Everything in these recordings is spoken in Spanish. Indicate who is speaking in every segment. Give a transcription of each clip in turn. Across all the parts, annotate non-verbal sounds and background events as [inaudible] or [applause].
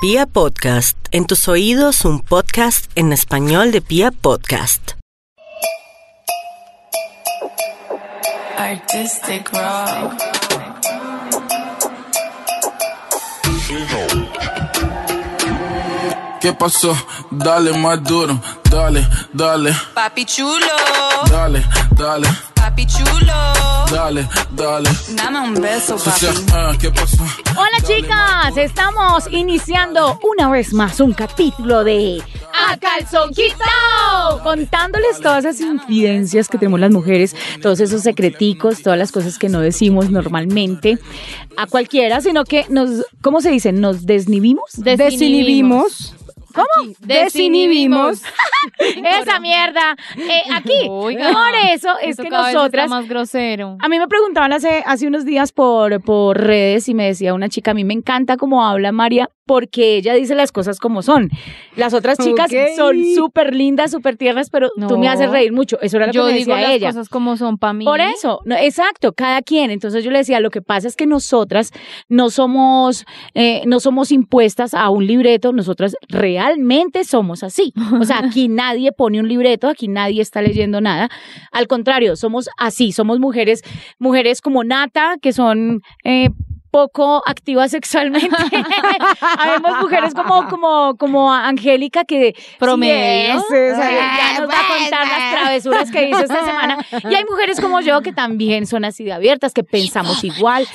Speaker 1: Pia Podcast, en tus oídos un podcast en español de Pia Podcast.
Speaker 2: Artistic Rock.
Speaker 3: ¿Qué pasó? Dale más duro, dale, dale,
Speaker 2: Papi chulo,
Speaker 3: dale, dale,
Speaker 2: papi chulo.
Speaker 3: dale, dale.
Speaker 2: Dame un beso,
Speaker 3: Sucia,
Speaker 2: papi.
Speaker 3: ah, ¿qué pasó?
Speaker 4: Hola chicas, estamos iniciando una vez más un capítulo de A Calzón Quitao, contándoles todas esas infidencias que tenemos las mujeres, todos esos secreticos, todas las cosas que no decimos normalmente a cualquiera, sino que nos, ¿cómo se dice? ¿Nos desnivimos?
Speaker 5: Desinhibimos.
Speaker 4: ¿Cómo?
Speaker 5: Desinhibimos.
Speaker 4: [laughs] Esa mierda. Eh, aquí.
Speaker 5: [laughs] Oiga,
Speaker 4: Por eso es
Speaker 5: Eso
Speaker 4: que
Speaker 5: cada vez está
Speaker 4: nosotras
Speaker 5: más grosero.
Speaker 4: A mí me preguntaban hace, hace unos días por, por redes y me decía una chica, a mí me encanta cómo habla María porque ella dice las cosas como son. Las otras chicas
Speaker 5: Ok.
Speaker 4: son súper lindas, súper tiernas, pero tú me
Speaker 5: No.
Speaker 4: haces reír mucho. Eso era lo
Speaker 5: Yo
Speaker 4: que me
Speaker 5: digo
Speaker 4: decía
Speaker 5: las
Speaker 4: ella.
Speaker 5: cosas como son para mí.
Speaker 4: Por eso, no, exacto, cada quien. Entonces yo le decía, lo que pasa es que nosotras no somos, eh, no somos impuestas a un libreto, nosotras realmente somos así. O sea, aquí nadie pone un libreto, aquí nadie está leyendo nada. Al contrario, somos así, somos mujeres, mujeres como Nata, que son eh, poco activas
Speaker 5: [laughs]
Speaker 4: sexualmente. Habemos mujeres como, como, como Angélica que
Speaker 5: Promedio.
Speaker 4: Sí, es, o sea, ya nos va a contar las travesuras que hizo esta semana. Y hay mujeres como yo que también son así de abiertas, que pensamos igual.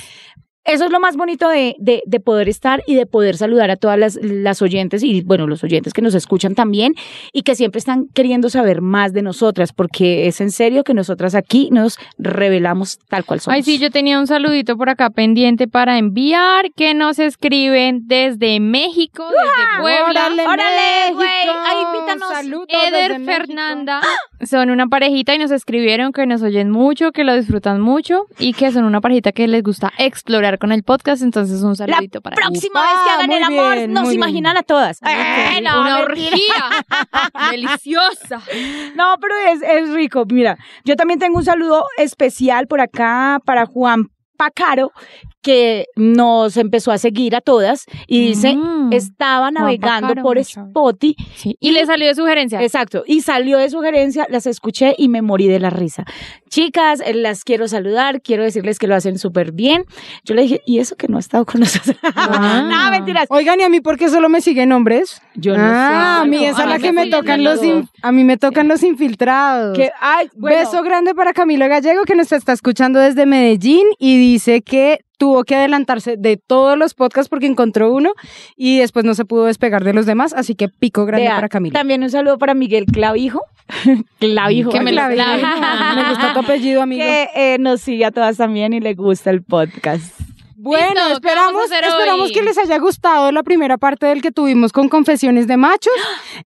Speaker 4: Eso es lo más bonito de, de- de poder estar y de poder saludar a todas las, las oyentes y, bueno, los oyentes que nos escuchan también y que siempre están queriendo saber más de nosotras, porque es en serio que nosotras aquí nos revelamos tal cual somos.
Speaker 5: Ay, sí, yo tenía un saludito por acá pendiente para enviar que nos escriben desde México, desde Puebla.
Speaker 4: ¡Órale, órale, güey!
Speaker 5: México!
Speaker 4: ¡Ay, invítanos!
Speaker 5: Saludos Eder Fernanda. [gasps] Son una parejita y nos escribieron que nos oyen mucho, que lo disfrutan mucho y que son una parejita que les gusta explorar con el podcast. Entonces, un saludito para
Speaker 4: Próxima
Speaker 5: Upa,
Speaker 4: vez que hagan
Speaker 5: muy
Speaker 4: el amor,
Speaker 5: bien,
Speaker 4: nos
Speaker 5: muy bien.
Speaker 4: imaginan a todas. Eh, no,
Speaker 5: una
Speaker 4: mentira. [laughs]
Speaker 5: orgía deliciosa.
Speaker 6: No, pero es, es rico. Mira, yo también tengo un saludo especial por acá para Juan Pacaro,
Speaker 4: que nos empezó a seguir a todas y dice,
Speaker 5: Mm.
Speaker 4: estaba navegando
Speaker 5: Pacaro,
Speaker 4: por
Speaker 5: muy chévere.
Speaker 4: Spotify,
Speaker 5: Sí, Y, le salió de sugerencia.
Speaker 4: exacto, y salió de sugerencia, las escuché y me morí de la risa. Chicas, eh, las quiero saludar, quiero decirles que lo hacen súper bien. Yo le dije, ¿y eso que no ha estado con [laughs] nosotros?
Speaker 5: Ah.
Speaker 4: no, mentiras.
Speaker 6: Oigan, ¿y a mí por qué solo me siguen hombres?
Speaker 4: Yo no
Speaker 6: ah, a
Speaker 4: sé.
Speaker 6: mí
Speaker 5: no, a
Speaker 6: esa es
Speaker 5: mí
Speaker 6: la
Speaker 5: me
Speaker 6: que me
Speaker 5: siguen
Speaker 6: tocan
Speaker 5: los
Speaker 6: los in-
Speaker 5: dos.
Speaker 6: a mí me tocan los infiltrados.
Speaker 4: Que- ay, bueno,
Speaker 6: Beso grande para Camilo Gallego que nos está escuchando desde Medellín y dice que tuvo que adelantarse de todos los podcasts porque encontró uno y después no se pudo despegar de los demás, así que pico grande
Speaker 4: vea,
Speaker 6: para Camilo.
Speaker 4: También un saludo para Miguel Clavijo. [laughs] Clavijo.
Speaker 5: Que me lo
Speaker 6: Clave.
Speaker 4: [laughs]
Speaker 5: clave.
Speaker 6: Me gusta tu apellido, amigo.
Speaker 4: que eh, nos sigue a todas también y le gusta el podcast.
Speaker 5: Listo,
Speaker 6: Bueno,
Speaker 5: ¿qué
Speaker 6: esperamos,
Speaker 5: vamos a hacer
Speaker 6: esperamos
Speaker 5: hoy?
Speaker 6: que les haya gustado la primera parte del que tuvimos con Confesiones
Speaker 5: [gasps]
Speaker 6: de Machos.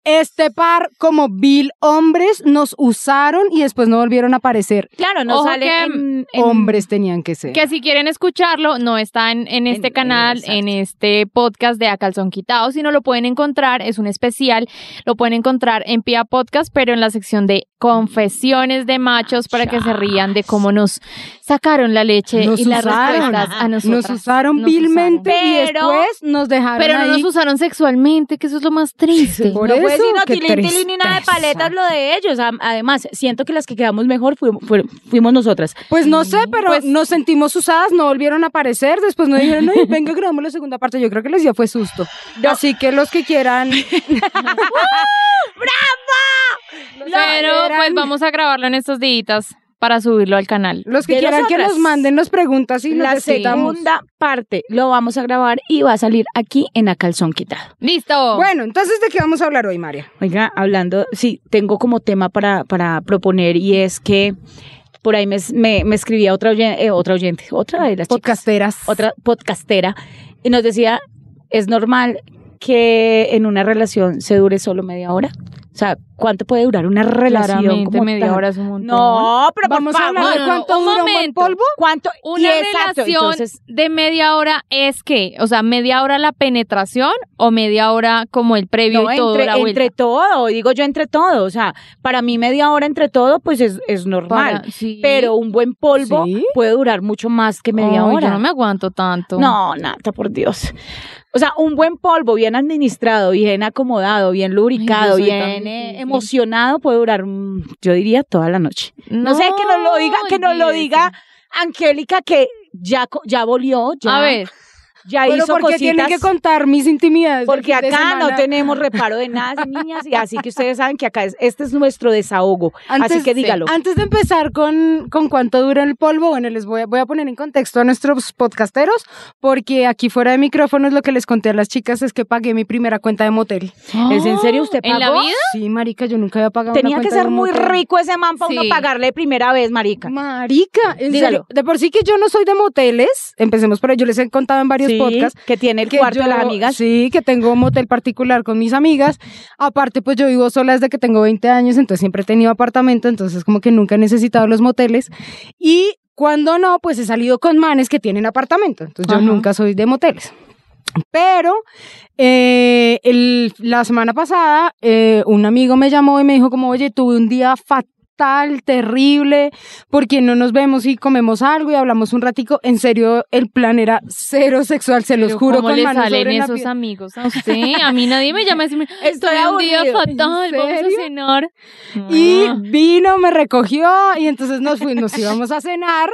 Speaker 6: Este par, como vil hombres, nos usaron y después no volvieron a aparecer.
Speaker 4: Claro, no
Speaker 5: Ojo
Speaker 4: sale
Speaker 5: que,
Speaker 4: en- en-
Speaker 6: Hombres tenían que ser.
Speaker 5: Que si quieren escucharlo, no está en, en este
Speaker 4: En-
Speaker 5: canal,
Speaker 4: exacto.
Speaker 5: en este podcast de A Calzón Quitado, sino lo pueden encontrar, es un especial, lo pueden encontrar en Pia Podcast, pero en la sección de Confesiones de Machos para que se rían de cómo nos sacaron la leche
Speaker 6: Nos
Speaker 5: y las
Speaker 6: usaron,
Speaker 5: respuestas a nosotros.
Speaker 6: nos usaron vilmente y
Speaker 4: Pero-
Speaker 6: después nos dejaron
Speaker 5: Pero no
Speaker 6: ahí.
Speaker 5: nos usaron sexualmente, que eso es lo más triste.
Speaker 6: Por
Speaker 4: no fue
Speaker 6: eso,
Speaker 4: sino
Speaker 6: qué
Speaker 4: tilín, tilín ni nada de
Speaker 6: tristeza.
Speaker 4: paletas lo de ellos. Am- Además, siento que las que quedamos mejor fuimos, fuimos nosotras.
Speaker 6: Pues no sé, pero
Speaker 5: Pues-
Speaker 6: nos sentimos usadas, no volvieron a aparecer, después nos dijeron, no,
Speaker 5: [laughs]
Speaker 6: venga, grabamos la segunda parte. Yo creo que les dio fue susto. Así que los que quieran...
Speaker 5: Pero
Speaker 6: eran-
Speaker 5: pues vamos a grabarlo en estos días para subirlo al canal.
Speaker 6: Los que
Speaker 4: De
Speaker 6: quieran que
Speaker 4: nosotras.
Speaker 6: nos manden las preguntas y
Speaker 4: La
Speaker 6: las aceptamos.
Speaker 4: segunda parte lo vamos a grabar y va a salir aquí en A Calzón Quitado.
Speaker 5: ¡Listo!
Speaker 6: Bueno, entonces, ¿de qué vamos a hablar hoy, María?
Speaker 4: Oiga, hablando, sí, tengo como tema para, para proponer y es que por ahí me, me, me escribía otra, oyen- eh, otra oyente, otra de las chicas.
Speaker 6: Podcasteras.
Speaker 4: otra podcastera, y nos decía, es normal que en una relación se dure solo media hora. O sea, ¿cuánto puede durar una relación?
Speaker 5: Claramente
Speaker 4: como
Speaker 5: media
Speaker 4: tal?
Speaker 5: hora es un montón.
Speaker 4: No, pero por
Speaker 6: Vamos a
Speaker 4: favor.
Speaker 6: hablar de
Speaker 5: no, no,
Speaker 6: cuánto
Speaker 5: un
Speaker 6: dura un buen
Speaker 5: momento.
Speaker 6: polvo.
Speaker 4: ¿Cuánto?
Speaker 5: Una
Speaker 4: Y exacto,
Speaker 5: relación
Speaker 4: entonces,
Speaker 5: de media hora es que, o sea, media hora la penetración o media hora como el previo
Speaker 4: no,
Speaker 5: y todo
Speaker 4: entre,
Speaker 5: la vuelta.
Speaker 4: entre todo, digo yo entre todo. O sea, para mí media hora entre todo, pues es, es normal.
Speaker 5: Para- sí.
Speaker 4: Pero un buen polvo
Speaker 6: Sí.
Speaker 4: puede durar mucho más que media
Speaker 5: Ay,
Speaker 4: hora.
Speaker 5: Yo no me aguanto tanto.
Speaker 4: No, Nata, por Dios. O sea, un buen polvo bien administrado, bien acomodado, bien lubricado,
Speaker 5: soy
Speaker 4: bien
Speaker 5: tan
Speaker 4: eh,
Speaker 5: difícil.
Speaker 4: emocionado puede durar, mm, yo diría, toda la noche. No, sé, que nos lo diga, que nos lo
Speaker 5: olvídese.
Speaker 4: diga Angélica que ya, co- ya volvió, ya,
Speaker 5: A ver,
Speaker 4: ya
Speaker 6: Pero
Speaker 4: hizo
Speaker 6: ¿por qué tienen
Speaker 4: cositas.
Speaker 6: que contar mis intimidades? del
Speaker 4: Porque
Speaker 6: fin de
Speaker 4: acá no
Speaker 6: semana?
Speaker 4: tenemos reparo de nada, [laughs] niñas, y así que ustedes saben que acá es, este es nuestro desahogo.
Speaker 6: Antes-
Speaker 4: así que dígalo.
Speaker 6: Antes de empezar con, con cuánto dura el polvo, bueno, les voy a, voy a poner en contexto a nuestros podcasteros, porque aquí fuera de micrófonos lo que les conté a las chicas es que pagué mi primera cuenta de motel.
Speaker 4: ¿Es en serio usted pagó?
Speaker 5: ¿En la vida?
Speaker 6: Sí, marica, yo nunca había pagado
Speaker 4: Tenía
Speaker 6: una
Speaker 4: que
Speaker 6: cuenta de
Speaker 4: ser
Speaker 6: un
Speaker 4: muy
Speaker 6: motel.
Speaker 4: rico ese man para uno
Speaker 5: Sí.
Speaker 4: pagarle primera vez, marica.
Speaker 6: Marica, en
Speaker 4: Dígalo.
Speaker 6: serio, de por sí que yo no soy de moteles, empecemos por ahí, yo les he contado en varios
Speaker 4: Sí,
Speaker 6: podcasts.
Speaker 4: que tiene el
Speaker 6: que
Speaker 4: cuarto de
Speaker 6: yo-
Speaker 4: las amigas.
Speaker 6: Sí, que tengo un motel particular con mis amigas. Aparte, pues yo vivo sola desde que tengo 20 años, entonces siempre he tenido apartamento, entonces como que nunca he necesitado los moteles. Y cuando no, pues he salido con manes que tienen apartamento, entonces
Speaker 5: Ajá.
Speaker 6: yo nunca soy de moteles. Pero eh, el- la semana pasada eh, un amigo me llamó y me dijo como, oye, tuve un día fatal, terrible, porque no nos vemos y comemos algo y hablamos un ratico. En serio, el plan era cero sexual, se los
Speaker 5: pero
Speaker 6: juro
Speaker 5: ¿cómo
Speaker 6: con
Speaker 5: le
Speaker 6: manos
Speaker 5: salen
Speaker 6: sobre la
Speaker 5: esos
Speaker 6: pie-
Speaker 5: amigos a usted? A mí nadie me llama y dice,
Speaker 4: [laughs] Estoy
Speaker 5: estoy un día
Speaker 4: aburrido".
Speaker 5: fatal, vamos a
Speaker 6: serio?
Speaker 5: cenar.
Speaker 6: Y
Speaker 5: Ah.
Speaker 6: vino, me recogió y entonces nos
Speaker 5: [laughs]
Speaker 6: fuimos, nos íbamos a cenar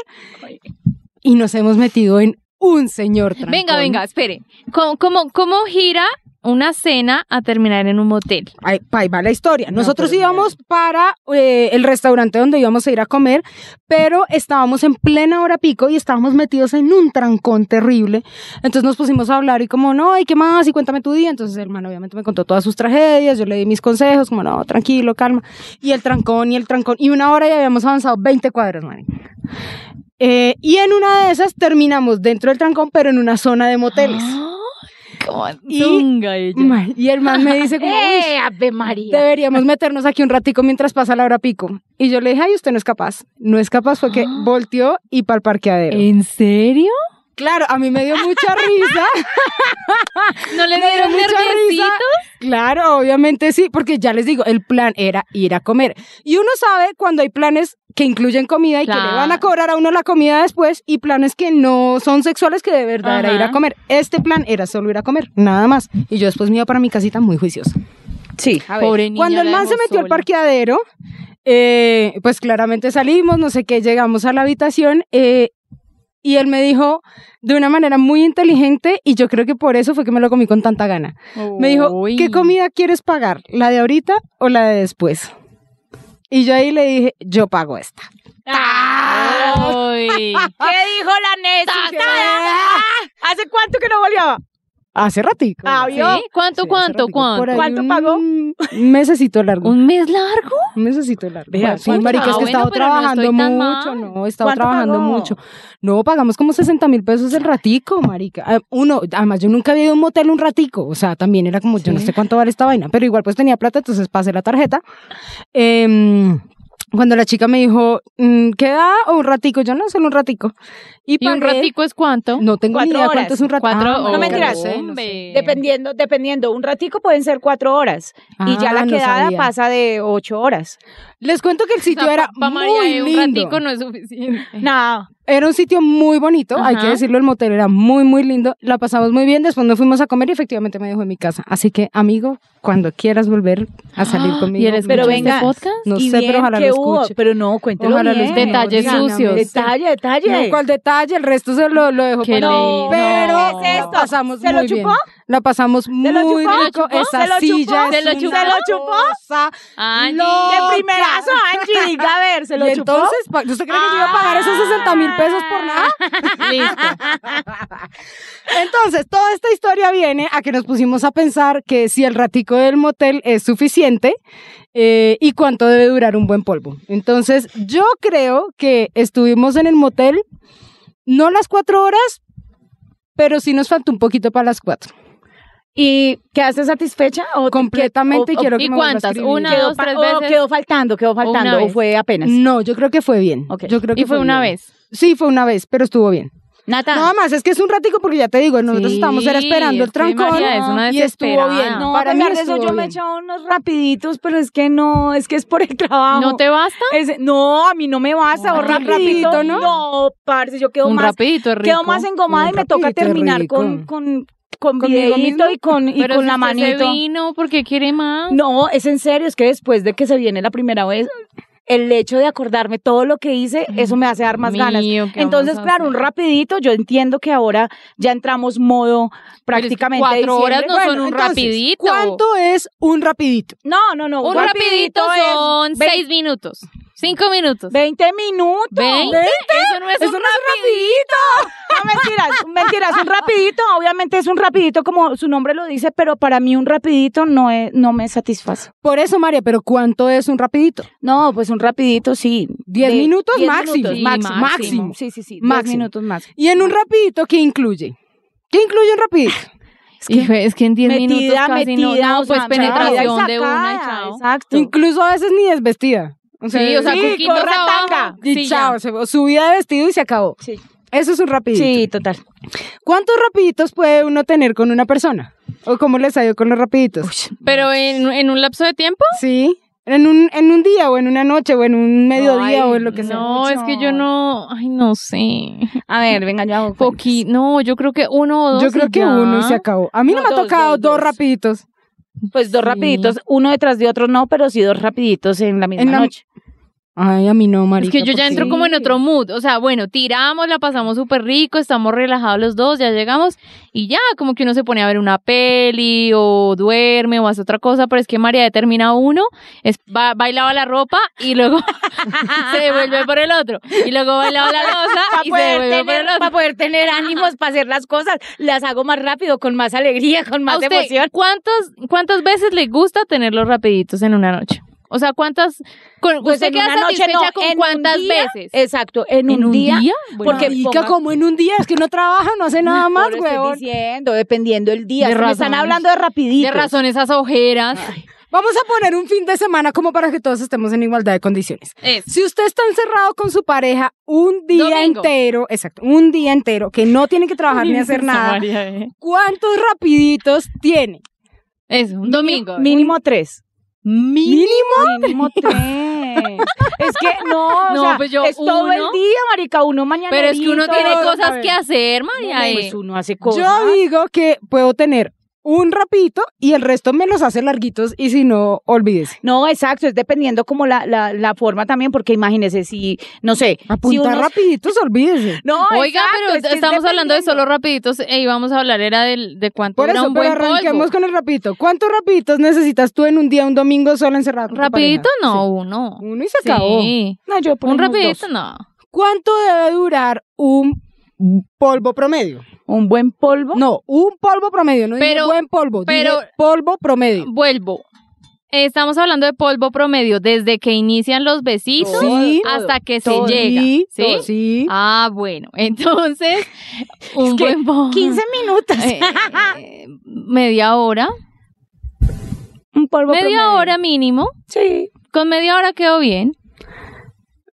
Speaker 6: y nos hemos metido en un señor trancón.
Speaker 5: Venga, venga, espere. ¿Cómo, cómo, cómo gira una cena a terminar en un motel?
Speaker 6: Ahí, ahí va la historia. Nosotros
Speaker 5: pero
Speaker 6: íbamos para eh, el restaurante donde íbamos a ir a comer, pero estábamos en plena hora pico y estábamos metidos en un trancón terrible. Entonces nos pusimos a hablar y como, no, ¿y qué más? Y cuéntame tu día. Entonces el hermano obviamente me contó todas sus tragedias, yo le di mis consejos, como, no, tranquilo, calma. Y el trancón y el trancón. Y una hora ya habíamos avanzado 20 cuadras, man. y en una de esas terminamos dentro del trancón, pero en una zona de moteles.
Speaker 5: Como
Speaker 6: Y-
Speaker 5: tunga ella.
Speaker 6: Ma- Y el man me dice
Speaker 4: [laughs]
Speaker 6: como, "Uy,
Speaker 4: ¡Eh, Ave María!
Speaker 6: Deberíamos meternos aquí un ratico mientras pasa la hora pico. Y yo le dije, ay, usted no es capaz. No es capaz
Speaker 5: [gasps]
Speaker 6: fue que volteó y para el parqueadero.
Speaker 5: ¿En serio?
Speaker 6: Claro, a mí me dio
Speaker 5: [laughs]
Speaker 6: mucha risa.
Speaker 5: ¿No le
Speaker 6: me dio
Speaker 5: dieron
Speaker 6: mucha risa.
Speaker 5: nerviosito?
Speaker 6: Claro, obviamente sí, porque ya les digo, el plan era ir a comer. Y uno sabe cuando hay planes que incluyen comida y que
Speaker 5: Claro.
Speaker 6: le van a cobrar a uno la comida después y planes que no son sexuales que de verdad era
Speaker 5: Ajá.
Speaker 6: ir a comer. Este plan era solo ir a comer, nada más. Y yo después me iba para mi casita muy juiciosa.
Speaker 4: Sí.
Speaker 5: A ver, Pobre niña,
Speaker 6: Cuando el
Speaker 5: la
Speaker 6: man se
Speaker 5: dejó
Speaker 6: metió al
Speaker 5: sola.
Speaker 6: parqueadero, eh, pues claramente salimos, no sé qué, llegamos a la habitación eh, y él me dijo de una manera muy inteligente y yo creo que por eso fue que me lo comí con tanta gana. Me dijo,
Speaker 5: Uy.
Speaker 6: ¿qué comida quieres pagar? ¿La de ahorita o la de después? Y yo ahí le dije, yo pago esta.
Speaker 5: Ah, Uy.
Speaker 4: [laughs] ¿Qué dijo la necesitada? ¿Hace cuánto que no boleaba?
Speaker 6: Hace ratico.
Speaker 4: Ah,
Speaker 5: ¿Sí?
Speaker 4: Yo-
Speaker 5: ¿Cuánto,
Speaker 6: Sí, hace
Speaker 5: cuánto,
Speaker 6: ratico, por
Speaker 5: cuánto?
Speaker 6: ahí
Speaker 4: ¿Cuánto
Speaker 6: un
Speaker 4: pagó?
Speaker 6: Mesecito largo.
Speaker 5: ¿Un mes largo?
Speaker 6: Un mesecito largo.
Speaker 4: Vea,
Speaker 6: sí,
Speaker 5: ¿cuánto?
Speaker 6: marica, es
Speaker 5: Ah,
Speaker 6: que he
Speaker 5: bueno,
Speaker 6: estado
Speaker 5: pero no
Speaker 6: trabajando
Speaker 5: estoy tan
Speaker 6: mucho,
Speaker 5: mal.
Speaker 6: no, he estado
Speaker 4: ¿Cuánto
Speaker 6: trabajando
Speaker 4: pagó?
Speaker 6: mucho. No, pagamos como 60 mil pesos el ratico, marica. Ah, Uno, además yo nunca había ido a un motel un ratico, o sea, también era como, yo no sé cuánto vale esta vaina, pero igual pues tenía plata, entonces pasé la tarjeta. Em, cuando la chica me dijo, mm, ¿qué da o un ratico? Yo no, solo un ratico. Y,
Speaker 5: ¿Y un
Speaker 6: pagué-
Speaker 5: ratico es cuánto?
Speaker 6: No tengo ni
Speaker 4: Cuatro
Speaker 6: idea
Speaker 4: horas.
Speaker 6: cuánto es un ratico.
Speaker 5: Cuatro
Speaker 6: Ah,
Speaker 5: horas.
Speaker 4: no
Speaker 6: marica,
Speaker 4: mentiras.
Speaker 6: sé, no sé.
Speaker 5: Hombre.
Speaker 4: Dependiendo, dependiendo. Un ratico pueden ser cuatro horas. y ya
Speaker 6: Ah,
Speaker 4: la
Speaker 6: no
Speaker 4: quedada
Speaker 6: sabía. Eh.
Speaker 4: pasa de ocho horas.
Speaker 6: Les cuento que el
Speaker 5: O sea,
Speaker 6: sitio era
Speaker 5: pa- pa'
Speaker 6: muy
Speaker 5: María, un
Speaker 6: lindo.
Speaker 5: ratico [laughs] no es suficiente.
Speaker 4: No.
Speaker 6: Era un sitio muy bonito, hay que
Speaker 5: Ajá.
Speaker 6: decirlo, el motel era muy, muy lindo. La pasamos muy bien, después nos fuimos a comer y efectivamente me dejó en mi casa. Así que, amigo, cuando quieras volver a
Speaker 4: Ah,
Speaker 6: salir conmigo.
Speaker 5: ¿Y él
Speaker 4: Pero
Speaker 5: escucha
Speaker 6: muchas
Speaker 4: venga,
Speaker 5: este
Speaker 6: gracias.
Speaker 5: podcast?
Speaker 6: No
Speaker 4: y
Speaker 6: sé,
Speaker 4: bien
Speaker 6: pero ojalá
Speaker 4: que
Speaker 6: lo
Speaker 4: hubo,
Speaker 6: escuche.
Speaker 4: Pero no, cuéntelo
Speaker 6: Ojalá lo
Speaker 4: bien.
Speaker 6: escuche.
Speaker 5: Detalles
Speaker 6: Dígame,
Speaker 5: sucios.
Speaker 4: Detalle, detalle.
Speaker 6: No, ¿cuál detalle? El resto se lo, lo dejo
Speaker 5: Qué
Speaker 6: para-
Speaker 5: lindo.
Speaker 6: Pero
Speaker 5: No. ¿Qué es
Speaker 6: la
Speaker 5: esto?
Speaker 6: pasamos
Speaker 4: ¿Se lo
Speaker 6: muy bien.
Speaker 4: chupó?
Speaker 6: La pasamos
Speaker 4: lo
Speaker 6: muy
Speaker 4: chupó?
Speaker 6: rico.
Speaker 4: ¿Se lo
Speaker 6: Esa
Speaker 4: chupó?
Speaker 6: silla
Speaker 5: ¿Se
Speaker 6: es
Speaker 5: lo
Speaker 6: una
Speaker 5: chupó?
Speaker 4: ¿Se lo chupó?
Speaker 6: cosa
Speaker 5: Angie.
Speaker 6: loca.
Speaker 4: De primerazo, Angie, diga a ver, ¿se lo
Speaker 6: y
Speaker 4: chupó?
Speaker 6: entonces, pa- ¿usted cree que yo iba a pagar esos 60 mil pesos por nada?
Speaker 5: Listo.
Speaker 6: Entonces, toda esta historia viene a que nos pusimos a pensar que si el ratico del motel es suficiente eh, y cuánto debe durar un buen polvo. Entonces, yo creo que estuvimos en el motel no las cuatro horas, pero sí nos faltó un poquito para las cuatro.
Speaker 4: ¿Y quedaste satisfecha? O
Speaker 6: Completamente
Speaker 4: o- o-
Speaker 6: quiero
Speaker 5: ¿y
Speaker 6: que me vuelva a
Speaker 5: cuántas?
Speaker 6: escribir.
Speaker 5: Una,
Speaker 4: quedó,
Speaker 5: dos,
Speaker 4: pa-
Speaker 5: tres
Speaker 4: o
Speaker 5: veces.
Speaker 4: quedó faltando, quedó
Speaker 5: una
Speaker 4: faltando, o
Speaker 5: vez.
Speaker 4: fue apenas.
Speaker 6: No, yo creo que fue bien.
Speaker 4: Ok.
Speaker 6: Yo creo
Speaker 5: [laughs]
Speaker 6: que
Speaker 5: Y fue una
Speaker 6: bien.
Speaker 5: vez. Ah.
Speaker 6: Sí, fue una vez, pero estuvo bien.
Speaker 4: Nata.
Speaker 6: Nada más, es que es un ratico porque ya te digo, nosotros
Speaker 5: Sí,
Speaker 6: estábamos era esperando el
Speaker 5: es que María
Speaker 6: trancón
Speaker 5: es una
Speaker 6: y estuvo bien.
Speaker 5: desesperada.
Speaker 4: No,
Speaker 6: para
Speaker 4: a
Speaker 6: mí
Speaker 4: pesar de eso
Speaker 6: estuvo
Speaker 4: yo me he
Speaker 6: bien.
Speaker 4: echado unos rapiditos, pero es que no, es que es por el trabajo.
Speaker 5: ¿No Eh, te basta?
Speaker 4: Es- no, a mí no me basta,
Speaker 5: No,
Speaker 4: un
Speaker 5: un
Speaker 4: rapidito,
Speaker 6: rapidito,
Speaker 4: ¿no?
Speaker 6: ¿no?
Speaker 4: No, parce, yo quedo
Speaker 5: Un
Speaker 4: más
Speaker 5: rapidito es rico.
Speaker 4: quedo más engomada
Speaker 6: Un
Speaker 4: y me toca
Speaker 6: rapidito es
Speaker 4: terminar
Speaker 6: rico.
Speaker 4: con, con con
Speaker 6: ¿Conmigo
Speaker 4: videíto
Speaker 6: mismo?
Speaker 4: y con, y
Speaker 5: Pero
Speaker 4: con
Speaker 5: si
Speaker 4: la
Speaker 5: usted
Speaker 4: manito.
Speaker 5: se vino porque quiere más.
Speaker 4: No, es en serio, es que después de que se viene la primera vez, el hecho de acordarme todo lo que hice, eso me hace dar más
Speaker 5: Mm. Mío,
Speaker 4: ganas.
Speaker 5: ¿qué vamos
Speaker 4: Entonces,
Speaker 5: a
Speaker 4: claro, un
Speaker 5: hacer?
Speaker 4: rapidito, yo entiendo que ahora ya entramos modo prácticamente
Speaker 5: cuatro
Speaker 4: diciembre.
Speaker 5: horas no
Speaker 4: Bueno,
Speaker 5: son un
Speaker 6: entonces,
Speaker 5: rapidito.
Speaker 6: ¿Cuánto es un rapidito?
Speaker 4: No, no, no.
Speaker 5: Un
Speaker 4: guarda-
Speaker 5: rapidito,
Speaker 4: es
Speaker 5: son
Speaker 4: vein-
Speaker 5: seis minutos. Cinco minutos.
Speaker 4: 20 minutos.
Speaker 5: ¿Veinte? Eso no es
Speaker 4: Eso
Speaker 5: un
Speaker 4: no es rapidito. No,
Speaker 5: [laughs]
Speaker 4: mentiras, mentiras. Un rapidito, obviamente es un rapidito como su nombre lo dice, pero para mí un rapidito no, es, no me satisface.
Speaker 6: Por eso, María, pero ¿cuánto es un rapidito?
Speaker 4: No, pues un rapidito sí.
Speaker 6: Diez
Speaker 4: De-
Speaker 6: minutos
Speaker 4: diez
Speaker 6: máximo,
Speaker 4: minutos,
Speaker 5: Sí,
Speaker 4: máximo,
Speaker 5: máximo.
Speaker 4: máximo. Sí, sí, sí.
Speaker 6: Máximo.
Speaker 4: Máximo. minutos más.
Speaker 6: Y en un rapidito, ¿qué incluye? ¿Qué incluye
Speaker 5: [laughs]
Speaker 6: un rapidito?
Speaker 5: Es que, es que en diez minutos
Speaker 4: Metida,
Speaker 5: casi no-
Speaker 4: metida,
Speaker 5: no,
Speaker 4: o sea,
Speaker 5: pues
Speaker 4: chao.
Speaker 5: penetración de una y
Speaker 4: Sacada,
Speaker 5: chao.
Speaker 4: Exacto.
Speaker 6: Incluso a veces ni desvestida.
Speaker 5: Sí, o sea,
Speaker 4: Sí,
Speaker 5: cuquitos
Speaker 4: corre
Speaker 5: abajo,
Speaker 4: tanga.
Speaker 6: y
Speaker 5: sí, ya.
Speaker 6: chao, se, subida de vestido y se acabó.
Speaker 4: Sí.
Speaker 6: Eso es un rapidito.
Speaker 4: Sí, total.
Speaker 6: ¿Cuántos rapiditos puede uno tener con una persona? ¿O cómo les ha ido con los rapiditos?
Speaker 5: Pero en, en un lapso de tiempo.
Speaker 6: Sí. En un, en un día, o en una noche, o en un mediodía,
Speaker 5: Ay,
Speaker 6: o en lo que sea.
Speaker 5: No, es que yo no, ay, no sé.
Speaker 4: A ver, venga, yo hago cuentas.
Speaker 5: Poqui, no, yo creo que uno o dos.
Speaker 6: Yo creo
Speaker 5: y
Speaker 6: que
Speaker 5: ya.
Speaker 6: uno y se acabó. A mí no,
Speaker 4: No,
Speaker 6: me ha
Speaker 4: dos,
Speaker 6: tocado
Speaker 4: dos,
Speaker 6: dos,
Speaker 4: dos.
Speaker 6: rapiditos.
Speaker 4: Pues dos
Speaker 5: Sí.
Speaker 4: rapiditos, uno detrás de otro no, pero sí dos rapiditos en la misma
Speaker 6: En la-
Speaker 4: noche.
Speaker 6: Ay, a mí no,
Speaker 5: Es
Speaker 6: marica.
Speaker 5: que yo ya entro como en otro mood. O sea, bueno, tiramos, la pasamos súper rico, estamos relajados los dos, ya llegamos y ya, como que uno se pone a ver una peli o duerme o hace otra cosa. Pero es que María determina uno, es, ba- bailaba la ropa y luego [laughs] se devuelve por el otro. Y luego bailaba la losa
Speaker 4: Para
Speaker 5: y se
Speaker 4: poder,
Speaker 5: devuelve por
Speaker 4: tener,
Speaker 5: el otro.
Speaker 4: pa' poder tener ánimos para hacer las cosas, las hago más rápido, con más alegría, con
Speaker 5: ¿A
Speaker 4: más
Speaker 5: usted
Speaker 4: emoción.
Speaker 5: ¿cuántos, ¿Cuántas veces le gusta tenerlos rapiditos en una noche? O sea, ¿cuántas? Con,
Speaker 4: Pues
Speaker 5: ¿Usted
Speaker 4: en
Speaker 5: queda
Speaker 4: una noche
Speaker 5: satisfecha
Speaker 4: no,
Speaker 5: con
Speaker 4: en un
Speaker 5: cuántas
Speaker 4: día,
Speaker 5: veces?
Speaker 4: Exacto, en, un, día.
Speaker 5: Bueno,
Speaker 4: porque
Speaker 6: Marica,
Speaker 4: ponga-
Speaker 6: como en un día, es que uno trabaja, no
Speaker 5: [laughs]
Speaker 6: hace nada más,
Speaker 4: Por eso estoy
Speaker 6: huevón.
Speaker 4: diciendo, dependiendo el día.
Speaker 6: De
Speaker 4: Es que me están
Speaker 6: razones.
Speaker 4: hablando de rapidito.
Speaker 6: pues
Speaker 5: de razón esas ojeras.
Speaker 6: Vamos a poner un fin de semana como para que todos estemos en igualdad de condiciones.
Speaker 5: Es.
Speaker 6: Si usted está encerrado con su pareja un día
Speaker 5: Domingo.
Speaker 6: entero, exacto, un día entero, que no tiene que trabajar
Speaker 5: [laughs]
Speaker 6: ni hacer nada,
Speaker 5: eh.
Speaker 6: ¿cuántos rapiditos tiene?
Speaker 5: Eso, un domingo.
Speaker 4: Mínimo tres.
Speaker 6: ¿Mínimo?
Speaker 5: [laughs]
Speaker 4: Mínimo tres. es que no, o
Speaker 5: No,
Speaker 4: sea,
Speaker 5: pues yo
Speaker 4: es todo el
Speaker 5: uno.
Speaker 4: día, marica, uno mañana.
Speaker 5: Pero es que uno tiene
Speaker 6: todo, a
Speaker 5: cosas
Speaker 6: ver.
Speaker 5: que hacer, María. eh.
Speaker 4: Pues uno hace cosas.
Speaker 6: Yo digo que puedo tener un rapidito y el resto me los hace larguitos y si no, olvídese.
Speaker 4: No, exacto, es dependiendo como la, la, la forma también, porque imagínese si, no sé, si
Speaker 6: Apuntar
Speaker 4: uno-
Speaker 6: rapiditos, olvídese.
Speaker 4: No,
Speaker 5: Oiga,
Speaker 4: exacto,
Speaker 5: pero
Speaker 4: es que es
Speaker 5: estamos hablando de
Speaker 4: dependiendo.
Speaker 5: solo rapiditos e íbamos a hablar era del, de cuánto
Speaker 6: Por
Speaker 5: dura
Speaker 6: eso,
Speaker 5: un
Speaker 6: pero
Speaker 5: buen
Speaker 6: arranquemos
Speaker 5: polvo.
Speaker 6: con el rapidito. ¿Cuántos rapiditos necesitas tú en un día, un domingo solo encerrado? con tu
Speaker 5: Rapidito
Speaker 6: pareja?
Speaker 5: no,
Speaker 6: Sí.
Speaker 5: uno.
Speaker 6: Uno y se
Speaker 5: Sí.
Speaker 6: acabó.
Speaker 4: No, yo por
Speaker 5: Un
Speaker 4: unos
Speaker 5: rapidito
Speaker 4: dos.
Speaker 5: no.
Speaker 6: ¿Cuánto debe durar un polvo promedio?
Speaker 4: Un buen polvo.
Speaker 6: No, un polvo promedio, no dije
Speaker 5: Pero-
Speaker 6: buen polvo, dije
Speaker 5: pero-
Speaker 6: polvo promedio.
Speaker 5: Vuelvo. Estamos hablando de polvo promedio desde que inician los besitos
Speaker 6: Sí,
Speaker 5: hasta que
Speaker 6: todo,
Speaker 5: se llega.
Speaker 6: sí,
Speaker 5: ¿Sí?
Speaker 6: todo, sí.
Speaker 5: Ah, bueno. [laughs] Entonces, un
Speaker 4: que
Speaker 5: buen polvo.
Speaker 4: 15 minutos.
Speaker 5: Eh, eh, media hora.
Speaker 4: [laughs] un polvo
Speaker 5: Media
Speaker 4: promedio.
Speaker 5: hora mínimo.
Speaker 4: Sí.
Speaker 5: Con media hora quedó bien.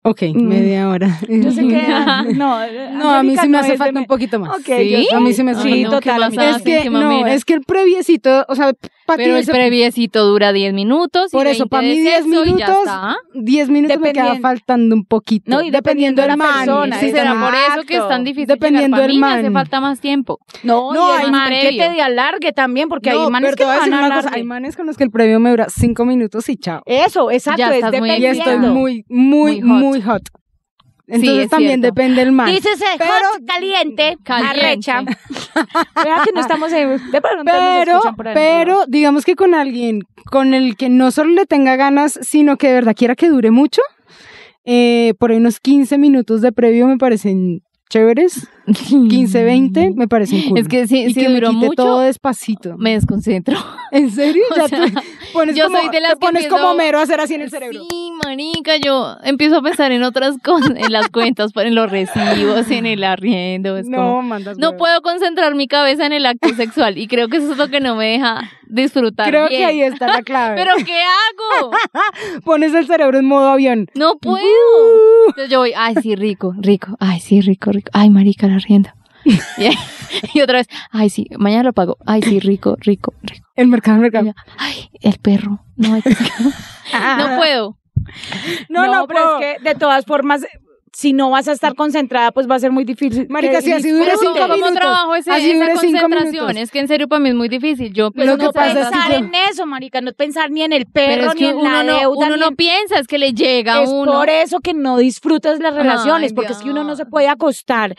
Speaker 6: Ok,
Speaker 5: mm.
Speaker 6: media hora.
Speaker 4: Yo sé
Speaker 5: [laughs]
Speaker 4: que ah, no,
Speaker 6: [laughs] No, a mí
Speaker 4: Angélica
Speaker 6: sí me
Speaker 4: es
Speaker 6: hace
Speaker 4: de
Speaker 6: falta
Speaker 4: me-
Speaker 6: un poquito más.
Speaker 4: Ok, yo
Speaker 6: A mí sí me hace
Speaker 5: Ay,
Speaker 6: falta.
Speaker 5: no,
Speaker 4: total,
Speaker 5: qué
Speaker 4: a mí
Speaker 5: pasada,
Speaker 6: Es que,
Speaker 5: qué
Speaker 6: no,
Speaker 5: mamera.
Speaker 6: es que el previecito, o sea, para ti
Speaker 5: Pero el
Speaker 6: ese-
Speaker 5: previecito dura 10 minutos. y
Speaker 6: Por eso,
Speaker 5: 20
Speaker 6: para
Speaker 5: de
Speaker 6: mí 10
Speaker 5: sexo y ya
Speaker 6: minutos,
Speaker 5: está.
Speaker 6: 10 minutos me queda
Speaker 4: Dependiendo-
Speaker 6: faltando un poquito.
Speaker 4: No, y dependiendo de la
Speaker 6: man,
Speaker 4: persona,
Speaker 6: sí,
Speaker 5: Sí, será
Speaker 6: man.
Speaker 5: por eso que es
Speaker 4: Exacto.
Speaker 5: tan difícil.
Speaker 6: Dependiendo
Speaker 5: llegar. Pa'
Speaker 6: del
Speaker 5: mí me
Speaker 6: man.
Speaker 5: hace falta más tiempo.
Speaker 4: No,
Speaker 6: No,
Speaker 4: no y
Speaker 6: hay
Speaker 4: el
Speaker 5: más
Speaker 4: man que
Speaker 5: previo.
Speaker 4: te de alargue también, porque
Speaker 6: No,
Speaker 4: hay manes
Speaker 6: pero
Speaker 4: que
Speaker 6: te
Speaker 4: te
Speaker 6: voy a
Speaker 4: van
Speaker 6: decir
Speaker 4: a
Speaker 6: una cosa,
Speaker 4: alargue.
Speaker 6: hay manes con los que el previo me dura 5 minutos y chao.
Speaker 4: Eso, exacto,
Speaker 5: Ya
Speaker 4: es
Speaker 5: estás muy-
Speaker 6: Y
Speaker 5: ya
Speaker 6: estoy
Speaker 4: dependiendo.
Speaker 6: muy, muy, muy
Speaker 5: Muy hot.
Speaker 6: hot. Entonces
Speaker 5: es
Speaker 6: también
Speaker 5: cierto.
Speaker 6: depende el man.
Speaker 4: Dícese
Speaker 6: [laughs] Pero-
Speaker 4: hot, [laughs] caliente,
Speaker 5: Caliente.
Speaker 4: arrecha. Vea que no estamos en... De pronto nos
Speaker 6: Pero,
Speaker 4: escuchan por ahí,
Speaker 6: pero digamos que con alguien con el que no solo le tenga ganas, sino que de verdad quiera que dure mucho, eh, por ahí unos 15 minutos de previo me parecen chéveres, 15, 20 me parecen cool.
Speaker 5: [laughs] Mm. Es que si,
Speaker 6: y
Speaker 5: si
Speaker 6: que me
Speaker 5: duró
Speaker 6: quite
Speaker 5: mucho,
Speaker 6: todo despacito.
Speaker 5: me desconcentro.
Speaker 6: [laughs] ¿En serio?
Speaker 5: [laughs] O sea,
Speaker 6: Ya te pones
Speaker 5: yo
Speaker 6: como,
Speaker 5: soy de las
Speaker 6: te
Speaker 5: que
Speaker 6: pones
Speaker 5: empiezo-
Speaker 6: como mero a hacer así en el cerebro.
Speaker 5: Sí, manica, yo empiezo a pensar en otras cosas, en las cuentas, en los recibos, en el arriendo. es como-
Speaker 6: no, mandas
Speaker 5: No
Speaker 6: huevos.
Speaker 5: puedo concentrar mi cabeza en el
Speaker 6: [laughs]
Speaker 5: acto sexual y creo que eso es lo que no me deja disfrutar.
Speaker 6: Creo que
Speaker 5: bien.
Speaker 6: ahí está
Speaker 5: [laughs]
Speaker 6: la clave.
Speaker 5: Pero ¿qué hago?
Speaker 6: [laughs] Pones el cerebro en modo avión.
Speaker 5: No
Speaker 6: [laughs]
Speaker 5: puedo.
Speaker 6: Uh.
Speaker 5: Entonces yo voy, ay, sí, rico, rico, ay, sí, rico, rico, ay, marica, la
Speaker 6: [laughs]
Speaker 5: rienda. Y, ahí- y otra vez, ay, sí, mañana lo pago, ay, sí, rico, rico, rico.
Speaker 6: El mercado, el
Speaker 5: Y
Speaker 6: mercado.
Speaker 5: yo, ay, el perro, [laughs]
Speaker 6: Ah.
Speaker 5: no, hay que- no puedo.
Speaker 4: No, no, pero es que de todas formas, si no vas a estar concentrada, pues va a ser muy difícil.
Speaker 6: Marica,
Speaker 4: que-
Speaker 6: si así
Speaker 4: y-
Speaker 6: dura
Speaker 5: Pero
Speaker 6: Dure cinco
Speaker 5: ¿cómo
Speaker 6: minutos.
Speaker 5: trabajo ese,
Speaker 6: Así
Speaker 5: esa
Speaker 6: dure cinco
Speaker 5: concentración?
Speaker 6: minutos.
Speaker 5: Es que en serio para mí es muy difícil. Yo
Speaker 4: Pues
Speaker 6: Lo
Speaker 4: no
Speaker 6: que pasa es que
Speaker 4: pensar
Speaker 6: yo-
Speaker 4: en eso, marica, no pensar ni en el
Speaker 5: pero
Speaker 4: perro,
Speaker 5: es
Speaker 4: ni
Speaker 5: que
Speaker 4: en
Speaker 5: uno,
Speaker 4: la
Speaker 5: no,
Speaker 4: deuda,
Speaker 5: uno
Speaker 4: ni
Speaker 5: no
Speaker 4: en-
Speaker 5: piensa, es que le llega a
Speaker 4: Es
Speaker 5: uno.
Speaker 4: por eso que no disfrutas las relaciones,
Speaker 5: Ay,
Speaker 4: porque es que uno no
Speaker 5: Dios.
Speaker 4: se puede acostar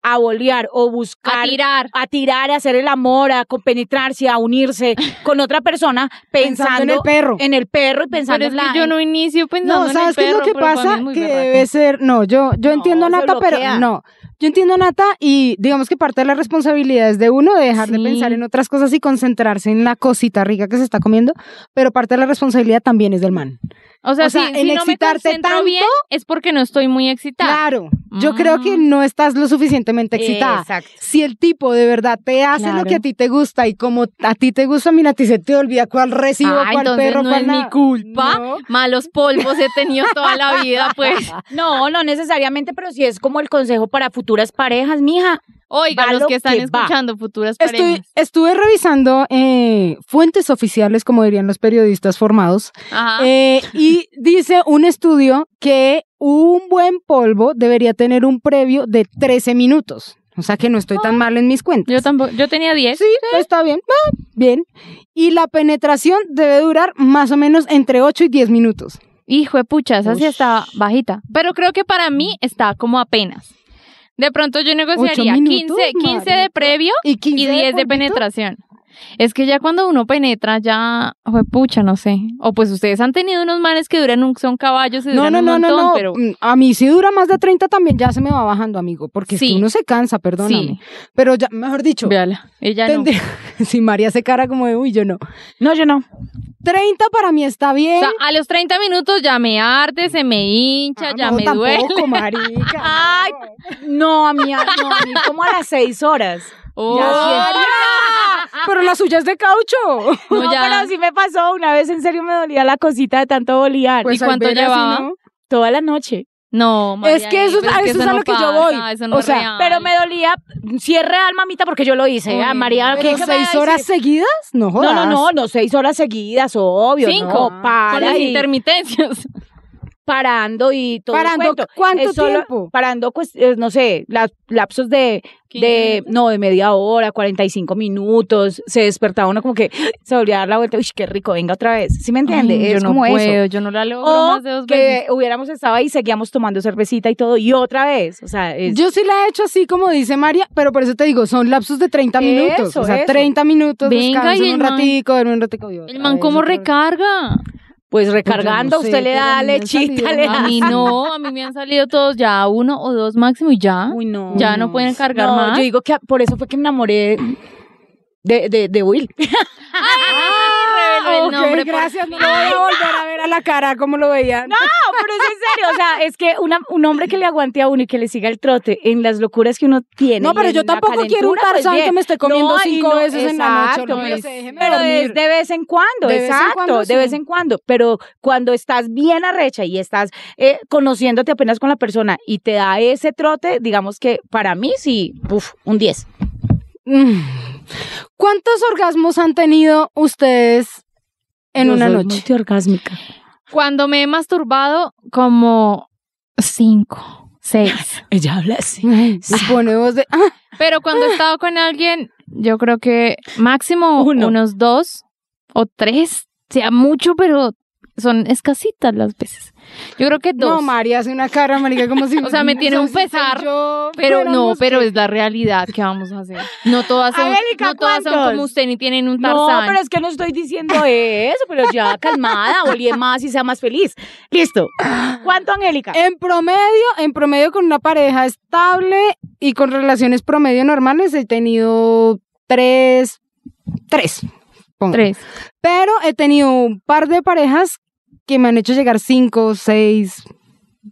Speaker 4: a bolear o buscar
Speaker 5: a tirar.
Speaker 4: a tirar, a hacer el amor, a compenetrarse, a
Speaker 5: [laughs]
Speaker 4: unirse con otra persona pensando,
Speaker 6: Pensando en el perro.
Speaker 4: en el perro y pensando
Speaker 5: Pero es
Speaker 4: en la
Speaker 5: que yo no inicio pensando
Speaker 6: No, ¿sabes
Speaker 5: en el
Speaker 6: qué es
Speaker 5: perro,
Speaker 6: lo que
Speaker 5: pero para mí
Speaker 6: pasa?
Speaker 5: es muy
Speaker 6: Que
Speaker 5: berraco.
Speaker 6: debe ser, no, yo, yo entiendo a
Speaker 7: se
Speaker 6: Nata, pero
Speaker 7: bloquea.
Speaker 6: no. Yo entiendo a Nata y digamos que parte de la responsabilidad es de uno de dejar de
Speaker 5: Sí.
Speaker 6: pensar en otras cosas y concentrarse en la cosita rica que se está comiendo, pero parte de la responsabilidad también es del man.
Speaker 5: O sea,
Speaker 6: o sea,
Speaker 5: si,
Speaker 6: en
Speaker 5: si no me
Speaker 6: excitarte
Speaker 5: concentro
Speaker 6: tanto-
Speaker 5: bien, es porque no estoy muy excitada.
Speaker 6: Claro, yo creo que no estás lo suficientemente excitada.
Speaker 5: Mm. Exacto.
Speaker 6: Si el tipo de verdad te hace lo
Speaker 5: Claro.
Speaker 6: que a ti te gusta y como a ti te gusta, mira, a ti se te olvida cuál recibo,
Speaker 5: Ah,
Speaker 6: cuál
Speaker 5: entonces
Speaker 6: perro,
Speaker 5: no
Speaker 6: cuál
Speaker 5: es mi
Speaker 6: nada.
Speaker 5: culpa.
Speaker 6: No.
Speaker 5: Malos polvos he tenido toda la vida,
Speaker 6: [laughs]
Speaker 5: pues.
Speaker 4: No, no necesariamente, pero sí es como el consejo para futuras parejas, mija.
Speaker 5: Oiga,
Speaker 4: Va
Speaker 5: los
Speaker 4: lo
Speaker 5: que están
Speaker 4: que va.
Speaker 5: escuchando, futuras
Speaker 6: Estoy-
Speaker 5: parejas.
Speaker 6: estuve revisando eh, fuentes oficiales, como dirían los periodistas formados,
Speaker 5: Ajá.
Speaker 6: eh, y dice un estudio que un buen polvo debería tener un previo de 13 minutos. O sea que no estoy tan mal en mis cuentas.
Speaker 5: Ah. yo tampoco, yo tenía 10.
Speaker 6: Sí, está bien. Ah, bien. Y la penetración debe durar más o menos entre 8 y 10 minutos.
Speaker 5: Hijo de pucha, esa sí
Speaker 6: Ush.
Speaker 5: está bajita. Pero creo que para mí está como apenas. De pronto yo negociaría
Speaker 6: minutos,
Speaker 5: 15, 15 de
Speaker 6: marica.
Speaker 5: previo
Speaker 6: Y 15
Speaker 5: y 10 de
Speaker 6: polvito.
Speaker 5: penetración. Es que ya cuando uno penetra, ya, fue pucha, no sé. O pues ustedes han tenido unos manes que duran un, son caballos y
Speaker 6: No,
Speaker 5: duran
Speaker 6: no,
Speaker 5: un
Speaker 6: no,
Speaker 5: montón,
Speaker 6: no, no.
Speaker 5: pero
Speaker 6: Mm, A mí si dura más de 30 también ya se me va bajando, amigo, porque es que
Speaker 5: Sí.
Speaker 6: uno se cansa, perdóname.
Speaker 5: sí,
Speaker 6: Pero ya, mejor dicho,
Speaker 5: véala. Ella no.
Speaker 6: Tendría- [laughs] si María se cara como de, uy, yo no.
Speaker 4: No, yo no.
Speaker 6: 30 para mí está
Speaker 5: O
Speaker 6: bien.
Speaker 5: sea, a los 30 minutos ya me arte, se me hincha,
Speaker 6: Ah,
Speaker 5: ya
Speaker 6: no,
Speaker 5: me
Speaker 6: tampoco,
Speaker 5: duele.
Speaker 6: [laughs] marica.
Speaker 5: [laughs]
Speaker 4: Ay, no, a mí, a- no, a mí como a las seis horas.
Speaker 5: Oh,
Speaker 6: Pero la suya es de caucho.
Speaker 5: [laughs] no,
Speaker 4: No,
Speaker 5: ya.
Speaker 4: pero sí me pasó una vez, en serio me dolía la cosita de tanto bolear.
Speaker 5: Pues,
Speaker 4: Y
Speaker 5: ¿Y cuánto
Speaker 6: al ver así,
Speaker 5: llevaba?
Speaker 6: ¿no?
Speaker 4: toda la noche.
Speaker 5: No, María,
Speaker 6: Es que eso-
Speaker 5: pues
Speaker 6: a eso es a
Speaker 5: no
Speaker 6: lo que yo
Speaker 5: pasa,
Speaker 6: voy.
Speaker 5: eso no
Speaker 6: O
Speaker 5: es
Speaker 6: sea,
Speaker 5: real.
Speaker 4: Pero me dolía, si es real, mamita, porque yo lo hice.
Speaker 5: Uy,
Speaker 4: ah, María,
Speaker 6: Pero
Speaker 4: ¿qué- qué me
Speaker 6: seis
Speaker 4: va a
Speaker 6: horas
Speaker 4: decir?
Speaker 6: seguidas, no jodas.
Speaker 4: No, no, no, no, seis horas seguidas, obvio.
Speaker 5: Cinco.
Speaker 4: no,
Speaker 5: con
Speaker 4: para
Speaker 5: las
Speaker 4: y
Speaker 5: intermitencias.
Speaker 4: parando y todo. el
Speaker 6: Parando,
Speaker 4: cuento.
Speaker 6: ¿cuánto
Speaker 4: Es solo-
Speaker 6: tiempo?
Speaker 4: Parando, pues, eh, no sé, la- lapsos de, de, no, de media hora, 45 minutos. Se despertaba uno como que [gasps] se volvía a dar la vuelta. Uy, qué rico, venga otra vez. ¿Sí me [laughs] entiende?
Speaker 5: Ay,
Speaker 4: es
Speaker 5: yo no
Speaker 4: como eso.
Speaker 5: puedo, yo no la logro
Speaker 4: O
Speaker 5: más de dos veces.
Speaker 4: que hubiéramos estado ahí, seguíamos tomando cervecita y todo, y otra vez. O sea, es-
Speaker 6: Yo sí la he hecho así como dice María, pero por eso te digo, son lapsos de 30 minutos.
Speaker 4: Eso,
Speaker 6: o sea,
Speaker 4: eso.
Speaker 6: 30 minutos,
Speaker 5: Venga,
Speaker 6: descanso
Speaker 5: y el
Speaker 6: un
Speaker 5: man-
Speaker 6: ratico, duerme un ratico. y otra
Speaker 5: El man
Speaker 6: vez,
Speaker 5: cómo
Speaker 6: otra
Speaker 4: [laughs]
Speaker 6: vez.
Speaker 5: recarga.
Speaker 4: pues
Speaker 6: yo no
Speaker 4: recargando,
Speaker 6: sé,
Speaker 4: usted le
Speaker 6: pero
Speaker 4: da
Speaker 6: a mí me han
Speaker 4: lechita,
Speaker 6: salido
Speaker 4: le
Speaker 5: A
Speaker 4: da.
Speaker 6: más.
Speaker 5: mí no, a mí me han salido todos ya uno o dos máximo y ya.
Speaker 4: Uy, no.
Speaker 5: ya no pueden cargar
Speaker 4: No,
Speaker 5: más. [laughs]
Speaker 4: yo digo que por eso fue que me enamoré de, de, de [laughs] Will.
Speaker 5: [laughs] Ah, reveló el
Speaker 6: Ok,
Speaker 5: nombre, por
Speaker 6: gracias, no
Speaker 5: fin.
Speaker 6: lo voy a volver a ver a la cara como lo veían.
Speaker 4: No, pero es en serio. O sea, es que una- un hombre que le aguante a uno y que le siga el trote en las locuras que uno tiene.
Speaker 6: No,
Speaker 4: y
Speaker 6: pero
Speaker 4: en
Speaker 6: yo
Speaker 4: la
Speaker 6: tampoco quiero un
Speaker 4: calentura, pues,
Speaker 6: tarzán
Speaker 4: bien.
Speaker 6: que me esté comiendo
Speaker 4: No, y
Speaker 6: cinco
Speaker 4: no,
Speaker 6: veces en la noche.
Speaker 4: exacto,
Speaker 6: olvídese,
Speaker 5: pues,
Speaker 6: déjeme
Speaker 4: Pero
Speaker 6: dormir.
Speaker 4: es de vez en cuando,
Speaker 6: De vez en
Speaker 4: exacto,
Speaker 6: cuando,
Speaker 4: de
Speaker 6: sí.
Speaker 4: vez en cuando. Pero cuando estás bien arrecha y estás eh, conociéndote apenas con la persona y te da ese trote, digamos que para mí sí, puf, un 10.
Speaker 6: Mm. ¿Cuántos orgasmos han tenido ustedes en
Speaker 4: Yo
Speaker 6: una
Speaker 4: soy
Speaker 6: noche?
Speaker 4: multiorgásmica.
Speaker 5: Cuando me he masturbado, como cinco,
Speaker 4: [laughs]
Speaker 5: seis.
Speaker 4: Ella habla así.
Speaker 6: Ay, se pone voz de. ah,
Speaker 5: Pero cuando he estado con alguien, yo creo que máximo
Speaker 4: Uno.
Speaker 5: unos dos o tres. Sea mucho, pero son escasitas las veces. Yo creo que dos.
Speaker 6: no, María hace una cara, marica, como si.
Speaker 5: O sea, me tiene un
Speaker 6: si soy
Speaker 5: pesar,
Speaker 6: yo,
Speaker 5: Pero no,
Speaker 6: fuéramos-
Speaker 5: pero es la realidad que vamos a hacer. No todas son,
Speaker 4: Angélica,
Speaker 5: no todas son
Speaker 4: ¿cuántos?
Speaker 5: como usted ni tienen un
Speaker 4: No,
Speaker 5: tarzán.
Speaker 4: pero es que no estoy diciendo eso, pero ya calmada, olí más y sea más feliz. Listo. ¿Cuánto, Angélica?
Speaker 6: En promedio, en promedio con una pareja estable y con relaciones promedio normales he tenido tres, tres, pongo.
Speaker 5: Tres.
Speaker 6: Pero he tenido un par de parejas que me han hecho llegar cinco, seis,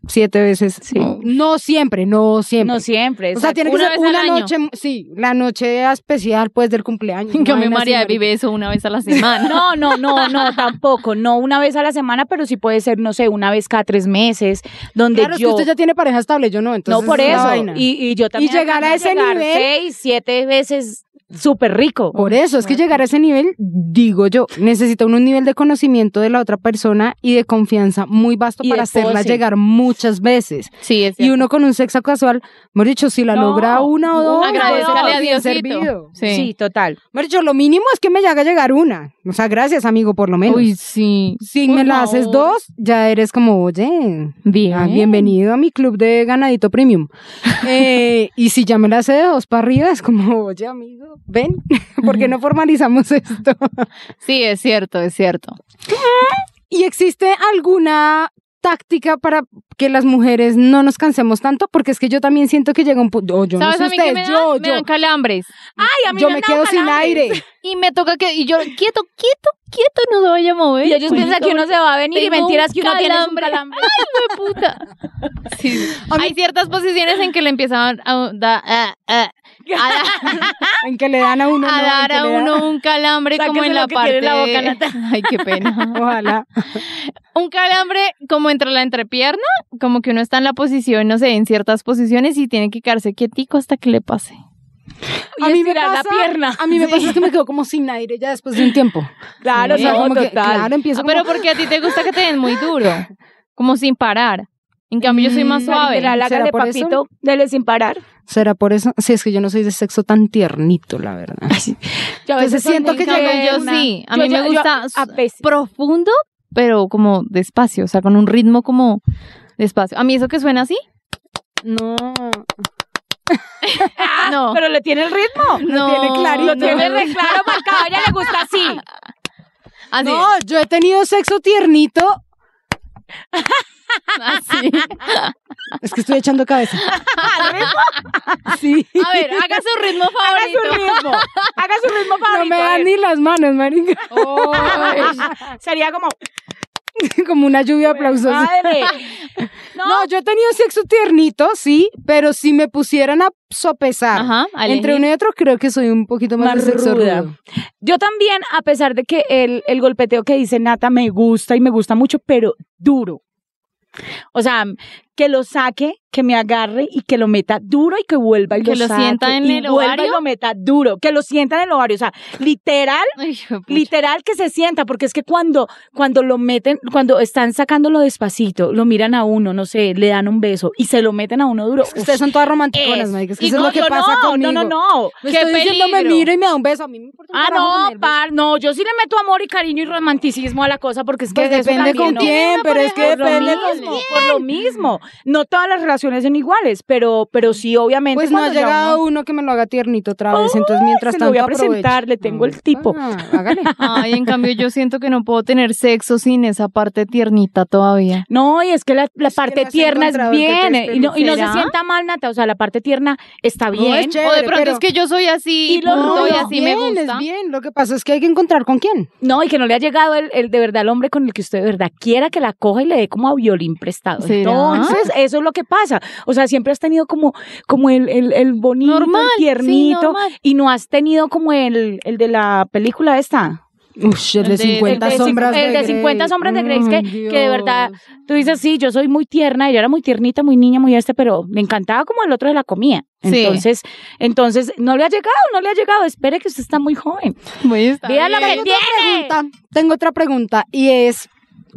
Speaker 6: siete veces.
Speaker 4: Sí.
Speaker 6: No siempre, no siempre.
Speaker 4: No siempre.
Speaker 6: o sea,
Speaker 4: exacto.
Speaker 6: tiene que
Speaker 5: una
Speaker 6: ser
Speaker 5: vez al
Speaker 6: una
Speaker 5: año.
Speaker 6: noche, sí, la noche especial, pues,
Speaker 4: [laughs]
Speaker 6: del cumpleaños.
Speaker 5: Yo me
Speaker 6: una vaina así,
Speaker 5: María
Speaker 6: marica.
Speaker 5: vive eso una vez a la semana.
Speaker 4: No, no, no, no, [laughs] tampoco. No una vez a la semana, pero sí puede ser, no sé, una vez cada tres meses, donde
Speaker 6: Claro, es que
Speaker 4: yo.
Speaker 6: usted ya tiene pareja estable, yo no, entonces.
Speaker 4: no por
Speaker 6: es la
Speaker 4: eso.
Speaker 6: vaina.
Speaker 4: Y, y yo también.
Speaker 6: llegar a
Speaker 4: alcanzo
Speaker 6: ese nivel.
Speaker 4: Seis, siete veces súper rico.
Speaker 6: Por eso, es que llegar a ese nivel, digo yo, necesita uno un nivel de conocimiento de la otra persona y de confianza muy vasto
Speaker 4: Y de
Speaker 6: para hacerla
Speaker 4: pose.
Speaker 6: llegar muchas veces.
Speaker 5: Sí, es
Speaker 6: Y
Speaker 5: cierto.
Speaker 6: uno con un sexo casual, mejor dicho, si la
Speaker 4: No,
Speaker 6: logra una
Speaker 4: no,
Speaker 6: o dos, pues,
Speaker 5: Agradezcale a
Speaker 6: bien
Speaker 5: Diosito.
Speaker 6: servido.
Speaker 5: Sí.
Speaker 4: sí total.
Speaker 6: Mejor dicho, lo mínimo es que me haga llegar una. O sea, gracias, amigo, por lo menos.
Speaker 5: Uy, sí.
Speaker 6: si
Speaker 5: por
Speaker 6: me la haces
Speaker 5: favor. ¿Eh?
Speaker 6: dos, ya eres como, oye,
Speaker 5: Bien.
Speaker 6: ah, bienvenido a mi club de
Speaker 5: [laughs]
Speaker 6: ganadito premium. Eh, y si ya me la hace de dos para arriba, es como, oye, amigo, ven, [laughs] ¿por qué no formalizamos esto? [laughs]
Speaker 5: Sí, es cierto, es cierto.
Speaker 6: ¿Y existe alguna táctica para que las mujeres no nos cansemos tanto? Porque es que yo también siento que llega un punto. yo no
Speaker 5: ¿Sabes
Speaker 6: sé
Speaker 5: a mí qué
Speaker 6: ustedes,
Speaker 5: me, dan?
Speaker 6: yo,
Speaker 5: Me
Speaker 6: yo.
Speaker 5: dan calambres.
Speaker 4: Ay, a mí
Speaker 6: yo
Speaker 4: me
Speaker 6: me
Speaker 4: han dado
Speaker 6: quedo sin
Speaker 4: calambres.
Speaker 6: aire.
Speaker 5: Y me toca que. Y yo, quieto, quieto, quieto, no te vaya a mover. Pues
Speaker 4: Y ellos
Speaker 5: Culito,
Speaker 4: piensan que
Speaker 5: [laughs]
Speaker 4: uno se va a venir y
Speaker 5: Tengo
Speaker 4: mentiras
Speaker 5: un
Speaker 4: que uno tiene es un
Speaker 5: calambre.
Speaker 4: [laughs] calambre.
Speaker 5: ¡Ay, güey, puta! Sí.
Speaker 6: A mí-
Speaker 5: Hay ciertas posiciones en que le empezaban a, da- a- a- a da-
Speaker 6: En que le dan a uno.
Speaker 5: a
Speaker 6: ¿no? En
Speaker 5: dar
Speaker 6: que
Speaker 5: a
Speaker 6: le dan-
Speaker 5: uno un calambre como
Speaker 4: Sáquese
Speaker 5: en
Speaker 4: lo
Speaker 5: la
Speaker 4: que tiene
Speaker 5: parte.
Speaker 4: en la boca,
Speaker 5: de-
Speaker 4: Nata.
Speaker 5: [laughs] Ay,
Speaker 4: [laughs]
Speaker 5: qué pena.
Speaker 6: [laughs] Ojalá.
Speaker 5: Un calambre como entre la entrepierna, como que uno está en la posición, no sé, en ciertas posiciones y tiene que quedarse quietico hasta que le pase.
Speaker 4: Y estirar la pierna.
Speaker 6: A mí me pasa es que me quedo como sin aire ya después de un tiempo.
Speaker 5: [laughs]
Speaker 4: Claro,
Speaker 6: o sea,
Speaker 4: no,
Speaker 6: como que,
Speaker 4: total.
Speaker 6: claro, empiezo
Speaker 5: Ah, pero
Speaker 6: como-
Speaker 5: porque a ti te gusta que te den muy
Speaker 4: [laughs]
Speaker 5: duro, como sin parar. En cambio, yo soy más
Speaker 6: Mm,
Speaker 5: suave.
Speaker 4: Literal,
Speaker 6: ¿Será
Speaker 4: hágale,
Speaker 6: por eso?
Speaker 4: papito, dele sin parar.
Speaker 6: ¿Será por eso? Sí, es que yo no soy de sexo tan tiernito, la
Speaker 5: [laughs]
Speaker 4: Yo a
Speaker 6: verdad. Entonces
Speaker 4: veces soy
Speaker 6: siento
Speaker 4: muy
Speaker 6: que
Speaker 5: llega
Speaker 4: tierna.
Speaker 5: yo sí. A mí
Speaker 4: Yo-
Speaker 5: me
Speaker 4: yo-
Speaker 5: gusta
Speaker 4: yo- a veces.
Speaker 5: profundo, pero como despacio, o sea, con un ritmo como despacio. A mí eso que suena así,
Speaker 6: No.
Speaker 5: [laughs]
Speaker 4: [laughs]
Speaker 5: no.
Speaker 4: Pero le tiene el ritmo.
Speaker 5: no,
Speaker 6: tiene clarito.
Speaker 5: no.
Speaker 4: Tiene re claro marcado, a ella le gusta
Speaker 6: [laughs]
Speaker 4: así. Ah,
Speaker 5: Así,
Speaker 6: No, yo he tenido sexo tiernito.
Speaker 4: [laughs]
Speaker 5: así.
Speaker 6: Es que estoy echando
Speaker 5: [laughs]
Speaker 6: cabeza. [laughs] Sí.
Speaker 5: A ver, haga su ritmo
Speaker 4: Haga
Speaker 5: favorito.
Speaker 4: su ritmo. Haga su ritmo favorito.
Speaker 6: No me
Speaker 4: a
Speaker 6: dan
Speaker 4: ver.
Speaker 5: eh.
Speaker 6: ni las manos, marica.
Speaker 5: [laughs]
Speaker 4: Sería como,
Speaker 6: [laughs] Como una lluvia de aplausos. [laughs]
Speaker 4: madre.
Speaker 6: No, yo he tenido sexo tiernito, sí, pero si me pusieran a sopesar
Speaker 5: Ajá, a
Speaker 6: entre
Speaker 5: elegir.
Speaker 6: uno y otro, creo que soy un poquito más,
Speaker 4: Más
Speaker 6: de sexo
Speaker 4: ruda.
Speaker 6: rudo.
Speaker 4: Yo también, a pesar de que el, el golpeteo que dice Nata me gusta y me gusta mucho, pero duro. O sea, que lo saque, que me agarre y que lo meta duro y que vuelva y
Speaker 5: Que lo
Speaker 4: saque,
Speaker 5: sienta en
Speaker 4: y
Speaker 5: el
Speaker 4: vuelva y
Speaker 5: ovario.
Speaker 4: lo meta duro, que lo sienta en el ovario, o sea, literal
Speaker 5: [laughs] Ay, hijo de pucha.
Speaker 4: Literal que se sienta, porque es que cuando, cuando lo meten, cuando están sacándolo despacito, lo miran a uno, no sé, le dan un beso y se lo meten a uno duro.
Speaker 6: Ustedes son todas romanticonas,
Speaker 4: Es-
Speaker 6: marica. Es que
Speaker 4: y
Speaker 6: eso es lo
Speaker 4: no,
Speaker 6: que
Speaker 4: yo
Speaker 6: pasa
Speaker 4: no,
Speaker 6: conmigo.
Speaker 4: No, no, no.
Speaker 6: Me
Speaker 5: ¡Qué
Speaker 6: estoy diciendo, me
Speaker 5: peligro!
Speaker 6: miro y me da un beso. A mí me importa un
Speaker 4: Ah,
Speaker 6: carajo
Speaker 4: no,
Speaker 6: tener besos.
Speaker 4: par, no, yo sí le meto amor y cariño y romanticismo a la cosa porque es que
Speaker 6: Pues
Speaker 4: de eso
Speaker 6: depende
Speaker 4: también,
Speaker 6: con
Speaker 4: ¿no?
Speaker 6: quién, pero es que
Speaker 4: Por lo
Speaker 6: depende
Speaker 4: mismo, Pues
Speaker 6: con quién.
Speaker 4: por lo mismo. No todas las relaciones son iguales, pero, pero sí, obviamente.
Speaker 6: Pues no ha
Speaker 4: cuando ya
Speaker 6: llegado
Speaker 4: uno-
Speaker 6: uno que me lo haga tiernito otra vez. Entonces, mientras
Speaker 4: se lo
Speaker 6: tanto,
Speaker 4: voy a
Speaker 6: aprovecho.
Speaker 4: presentar, le tengo el tipo.
Speaker 6: Ah, hágale.
Speaker 5: Ay, en cambio, yo siento que no puedo tener sexo sin esa parte tiernita todavía.
Speaker 4: No, y es que la, la
Speaker 6: Es que
Speaker 4: parte
Speaker 6: no has
Speaker 4: tierna es
Speaker 6: encontrado el que te
Speaker 4: bien. eh, Y no, y no se
Speaker 5: espere.
Speaker 4: sienta mal, Nata. O sea, la parte tierna está bien.
Speaker 6: es chévere,
Speaker 5: o de pronto
Speaker 6: pero-
Speaker 5: es que yo soy así
Speaker 4: Y
Speaker 5: y,
Speaker 4: lo
Speaker 5: punto,
Speaker 4: rudo.
Speaker 5: y así me
Speaker 6: bien,
Speaker 5: gusta.
Speaker 6: Es bien, lo que pasa es que hay que encontrar con quién.
Speaker 4: No, y que no le ha llegado el, el de verdad el hombre con el que usted de verdad quiera que la coja y le dé como a violín prestado.
Speaker 5: ¿Será?
Speaker 4: Entonces, eso es lo que pasa. O sea, siempre has tenido como, como el, el, el bonito,
Speaker 5: Normal,
Speaker 4: el
Speaker 5: sí,
Speaker 4: tiernito,
Speaker 5: normal.
Speaker 4: y no has tenido como el, el de la película esta.
Speaker 6: Ush, el de
Speaker 5: El de- Mm,
Speaker 6: 50
Speaker 4: el de cincu-
Speaker 6: sombras de
Speaker 4: el de 50 sombras de Grey, es que-
Speaker 6: Ay,
Speaker 4: que de verdad-
Speaker 6: Dios.
Speaker 4: Tú dices, sí, yo soy muy tierna, ella era muy tiernita, muy niña, muy este, pero me encantaba como el otro de la comida.
Speaker 5: Sí.
Speaker 4: Entonces, entonces, no le ha llegado, no le ha llegado. Espere que usted está muy joven.
Speaker 5: Voy a estar
Speaker 4: Vea lo que
Speaker 5: bien.
Speaker 4: tiene.
Speaker 6: Pregunta, tengo otra pregunta y es,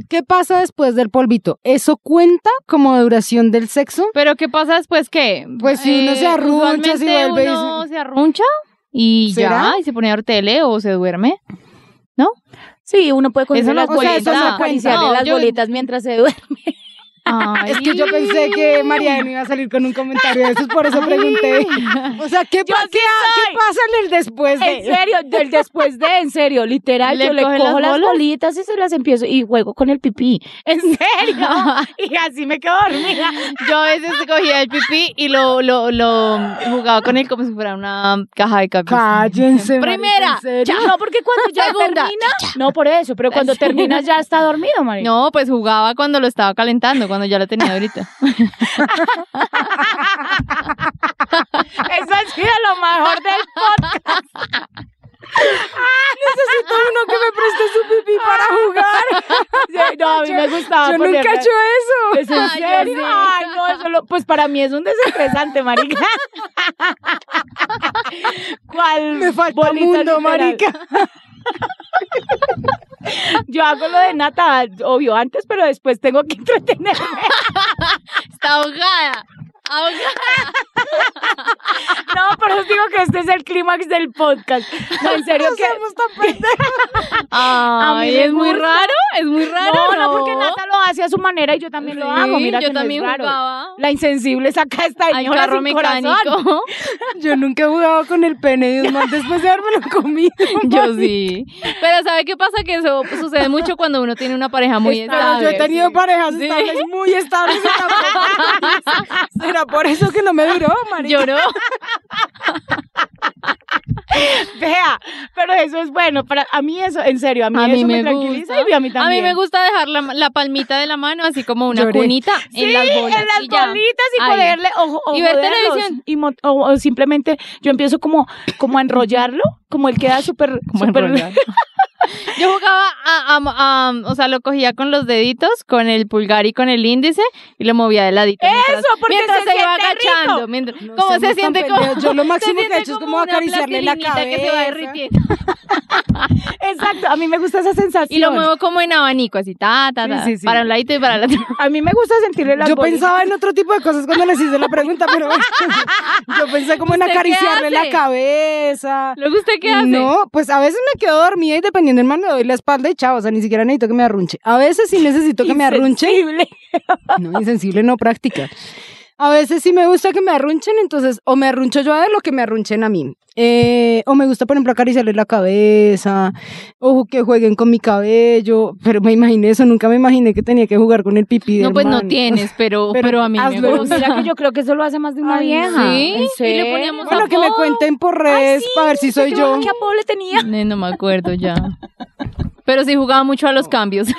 Speaker 6: ¿qué pasa después del polvito? ¿Eso cuenta como duración del sexo?
Speaker 5: Pero ¿qué pasa después qué? Eh,
Speaker 6: Pues si uno se arruncha, si
Speaker 5: usualmente
Speaker 6: vuelve y se-
Speaker 5: uno se arruncha y
Speaker 6: ¿Será?
Speaker 5: ya, y se pone a ver tele o se duerme.
Speaker 4: Sí, uno puede coger
Speaker 5: Eso no
Speaker 4: las
Speaker 6: cuenta.
Speaker 4: bolitas,
Speaker 6: O sea, eso no
Speaker 4: acariciarle
Speaker 5: cuenta. No,
Speaker 4: las
Speaker 5: yo- [laughs]
Speaker 4: bolitas mientras se duerme.
Speaker 5: Ay.
Speaker 6: Es que yo pensé que Mariana iba a salir con un comentario de esos, por eso pregunté. O sea, ¿qué,
Speaker 4: Yo
Speaker 6: pa-
Speaker 4: sí
Speaker 6: qué,
Speaker 4: soy.
Speaker 6: qué pasa en el después
Speaker 4: En
Speaker 6: de...?
Speaker 4: serio, del después de, en serio, literal,
Speaker 5: ¿Le
Speaker 4: yo le
Speaker 5: coge las
Speaker 4: cojo las,
Speaker 5: bolas?
Speaker 4: bolitas y se las empiezo y juego con el pipí. En serio. [laughs] y así me quedo dormida.
Speaker 5: Yo a veces cogía el pipí y lo, lo, lo jugaba con él como si fuera una caja de cambios.
Speaker 6: Cállense, marica,
Speaker 5: Primera,
Speaker 6: ¿en serio?
Speaker 4: Ya, no, porque cuando [laughs] ya
Speaker 5: Segunda.
Speaker 4: termina, no por eso, pero cuando [laughs] termina ya está dormido, María.
Speaker 5: No, pues jugaba cuando lo estaba calentando, cuando ya lo tenía ahorita.
Speaker 4: Eso ha sido lo [laughs] mejor del podcast.
Speaker 6: Necesito uno que me preste su pipí
Speaker 4: [laughs]
Speaker 6: para jugar.
Speaker 4: Sí, no, a mí me gustaba.
Speaker 6: Yo
Speaker 4: ponerme-
Speaker 6: nunca he hecho eso.
Speaker 4: ¿Es en
Speaker 5: Ay, yo
Speaker 4: serio?
Speaker 5: sí.
Speaker 4: [laughs] Ay, no, eso lo- pues para mí es un desestresante, marica. ¿Cuál
Speaker 6: Me falta
Speaker 4: bolita
Speaker 6: mundo,
Speaker 4: literal?
Speaker 6: marica.
Speaker 4: Yo hago lo de nata, obvio, antes, pero después tengo que [laughs] entretenerme.
Speaker 5: [laughs] Está ahogada. Ahogada.
Speaker 4: No, por eso digo que este es el clímax del podcast. No, en
Speaker 5: [laughs]
Speaker 4: serio que... A mí
Speaker 5: Ay,
Speaker 4: me
Speaker 5: es muy
Speaker 4: gusta.
Speaker 5: raro, es muy raro.
Speaker 4: No, no, porque Nata lo hace a su manera y yo también lo
Speaker 5: Sí,
Speaker 4: hago. Mira
Speaker 5: yo
Speaker 4: que no es
Speaker 5: también
Speaker 4: raro.
Speaker 5: jugaba.
Speaker 4: La insensible saca esta
Speaker 5: Al
Speaker 4: señora
Speaker 5: carro
Speaker 4: sin corazón.
Speaker 5: mecánico.
Speaker 6: [laughs] Yo nunca he jugado con el pene de un man después de haberme lo [laughs] comido.
Speaker 5: [laughs] Yo sí. Pues Pero ¿sabe qué pasa? Que eso sucede mucho cuando uno tiene una pareja muy
Speaker 6: Pero
Speaker 5: estable.
Speaker 6: yo he tenido parejas
Speaker 5: Sí.
Speaker 6: estables, muy estables. y [laughs] tampoco- Será por eso que no me duró, marica.
Speaker 5: [laughs] Lloró.
Speaker 4: [laughs] Vea, pero eso es bueno. Para, a mí eso, en serio, a mí,
Speaker 5: [laughs] A mí
Speaker 4: eso me,
Speaker 5: me
Speaker 4: tranquiliza
Speaker 5: gusta.
Speaker 4: y a mí también.
Speaker 5: A mí me gusta dejar la, la palmita de la mano así como una
Speaker 6: Lloré.
Speaker 5: cunita en las bolas.
Speaker 4: en las
Speaker 5: y ya.
Speaker 4: bolitas y
Speaker 5: Ahí.
Speaker 4: poderle o, o
Speaker 5: Y ver
Speaker 4: joderlos,
Speaker 5: televisión.
Speaker 4: y mon- o, o simplemente yo empiezo como como a enrollarlo como él queda súper
Speaker 5: Como
Speaker 4: súper-
Speaker 5: enrollar. [laughs] Yo jugaba a, a- a- o sea, lo cogía con los deditos, con el pulgar y con el índice y lo movía de ladito. mientras-
Speaker 4: Eso, porque
Speaker 5: mientras
Speaker 4: se
Speaker 5: se, iba
Speaker 4: siente rico.
Speaker 5: agachando, mientras-
Speaker 6: No
Speaker 5: como
Speaker 6: seamos
Speaker 5: se
Speaker 6: tan
Speaker 5: siente como
Speaker 6: pendejos. Yo lo
Speaker 5: [laughs] se
Speaker 6: máximo que he
Speaker 5: siente
Speaker 6: hecho es
Speaker 5: como
Speaker 6: como
Speaker 5: una
Speaker 6: acariciarle la
Speaker 5: plastilinita que se va
Speaker 6: cabeza.
Speaker 5: derritiendo.
Speaker 6: [laughs]
Speaker 4: exacto a mí me gusta esa sensación
Speaker 5: Y lo muevo como en abanico, así, ta, ta,
Speaker 4: Sí,
Speaker 5: ta,
Speaker 4: sí, sí.
Speaker 5: para un ladito y para el otro. [laughs]
Speaker 4: a mí me gusta sentirle las
Speaker 6: Yo
Speaker 4: bolitas.
Speaker 6: pensaba en otro tipo de cosas cuando les hice la pregunta, pero [laughs] yo pensé como en
Speaker 5: ¿Usted qué
Speaker 6: acariciarle la
Speaker 5: hace?
Speaker 6: cabeza.
Speaker 5: Luego usted qué hace.
Speaker 6: No, pues a veces me quedo dormida y dependiendo del man le doy la espalda y chao, o sea, ni siquiera necesito que me arrunche. A veces sí necesito que me arrunchen.
Speaker 4: Insensible.
Speaker 6: No, insensible no práctica. A veces sí me gusta que me arrunchen, entonces o me arruncho yo a él o que me arrunchen a mí. Eh, o me gusta, por ejemplo, acariciarle la cabeza, o que jueguen con mi cabello, pero me imaginé eso, nunca me imaginé que tenía que jugar con el pipí del
Speaker 5: No, pues no
Speaker 6: man.
Speaker 5: tienes, pero, pero,
Speaker 6: [laughs] Pero
Speaker 5: a mí me
Speaker 6: hazlo.
Speaker 4: Pero
Speaker 5: gusta. [laughs]
Speaker 4: mira
Speaker 6: [laughs]
Speaker 4: que yo creo que eso lo hace más de una
Speaker 6: Ay,
Speaker 4: vieja.
Speaker 5: sí.
Speaker 4: ¿En
Speaker 5: Y le
Speaker 4: serio?
Speaker 5: poníamos
Speaker 6: Bueno, que me
Speaker 5: Apodo.
Speaker 6: cuenten por redes para ver si soy
Speaker 4: ¿Qué
Speaker 6: yo.
Speaker 4: baja- ¿Qué apodo le tenía?
Speaker 5: Ne, No, me acuerdo ya. Pero sí jugaba mucho a los cambios.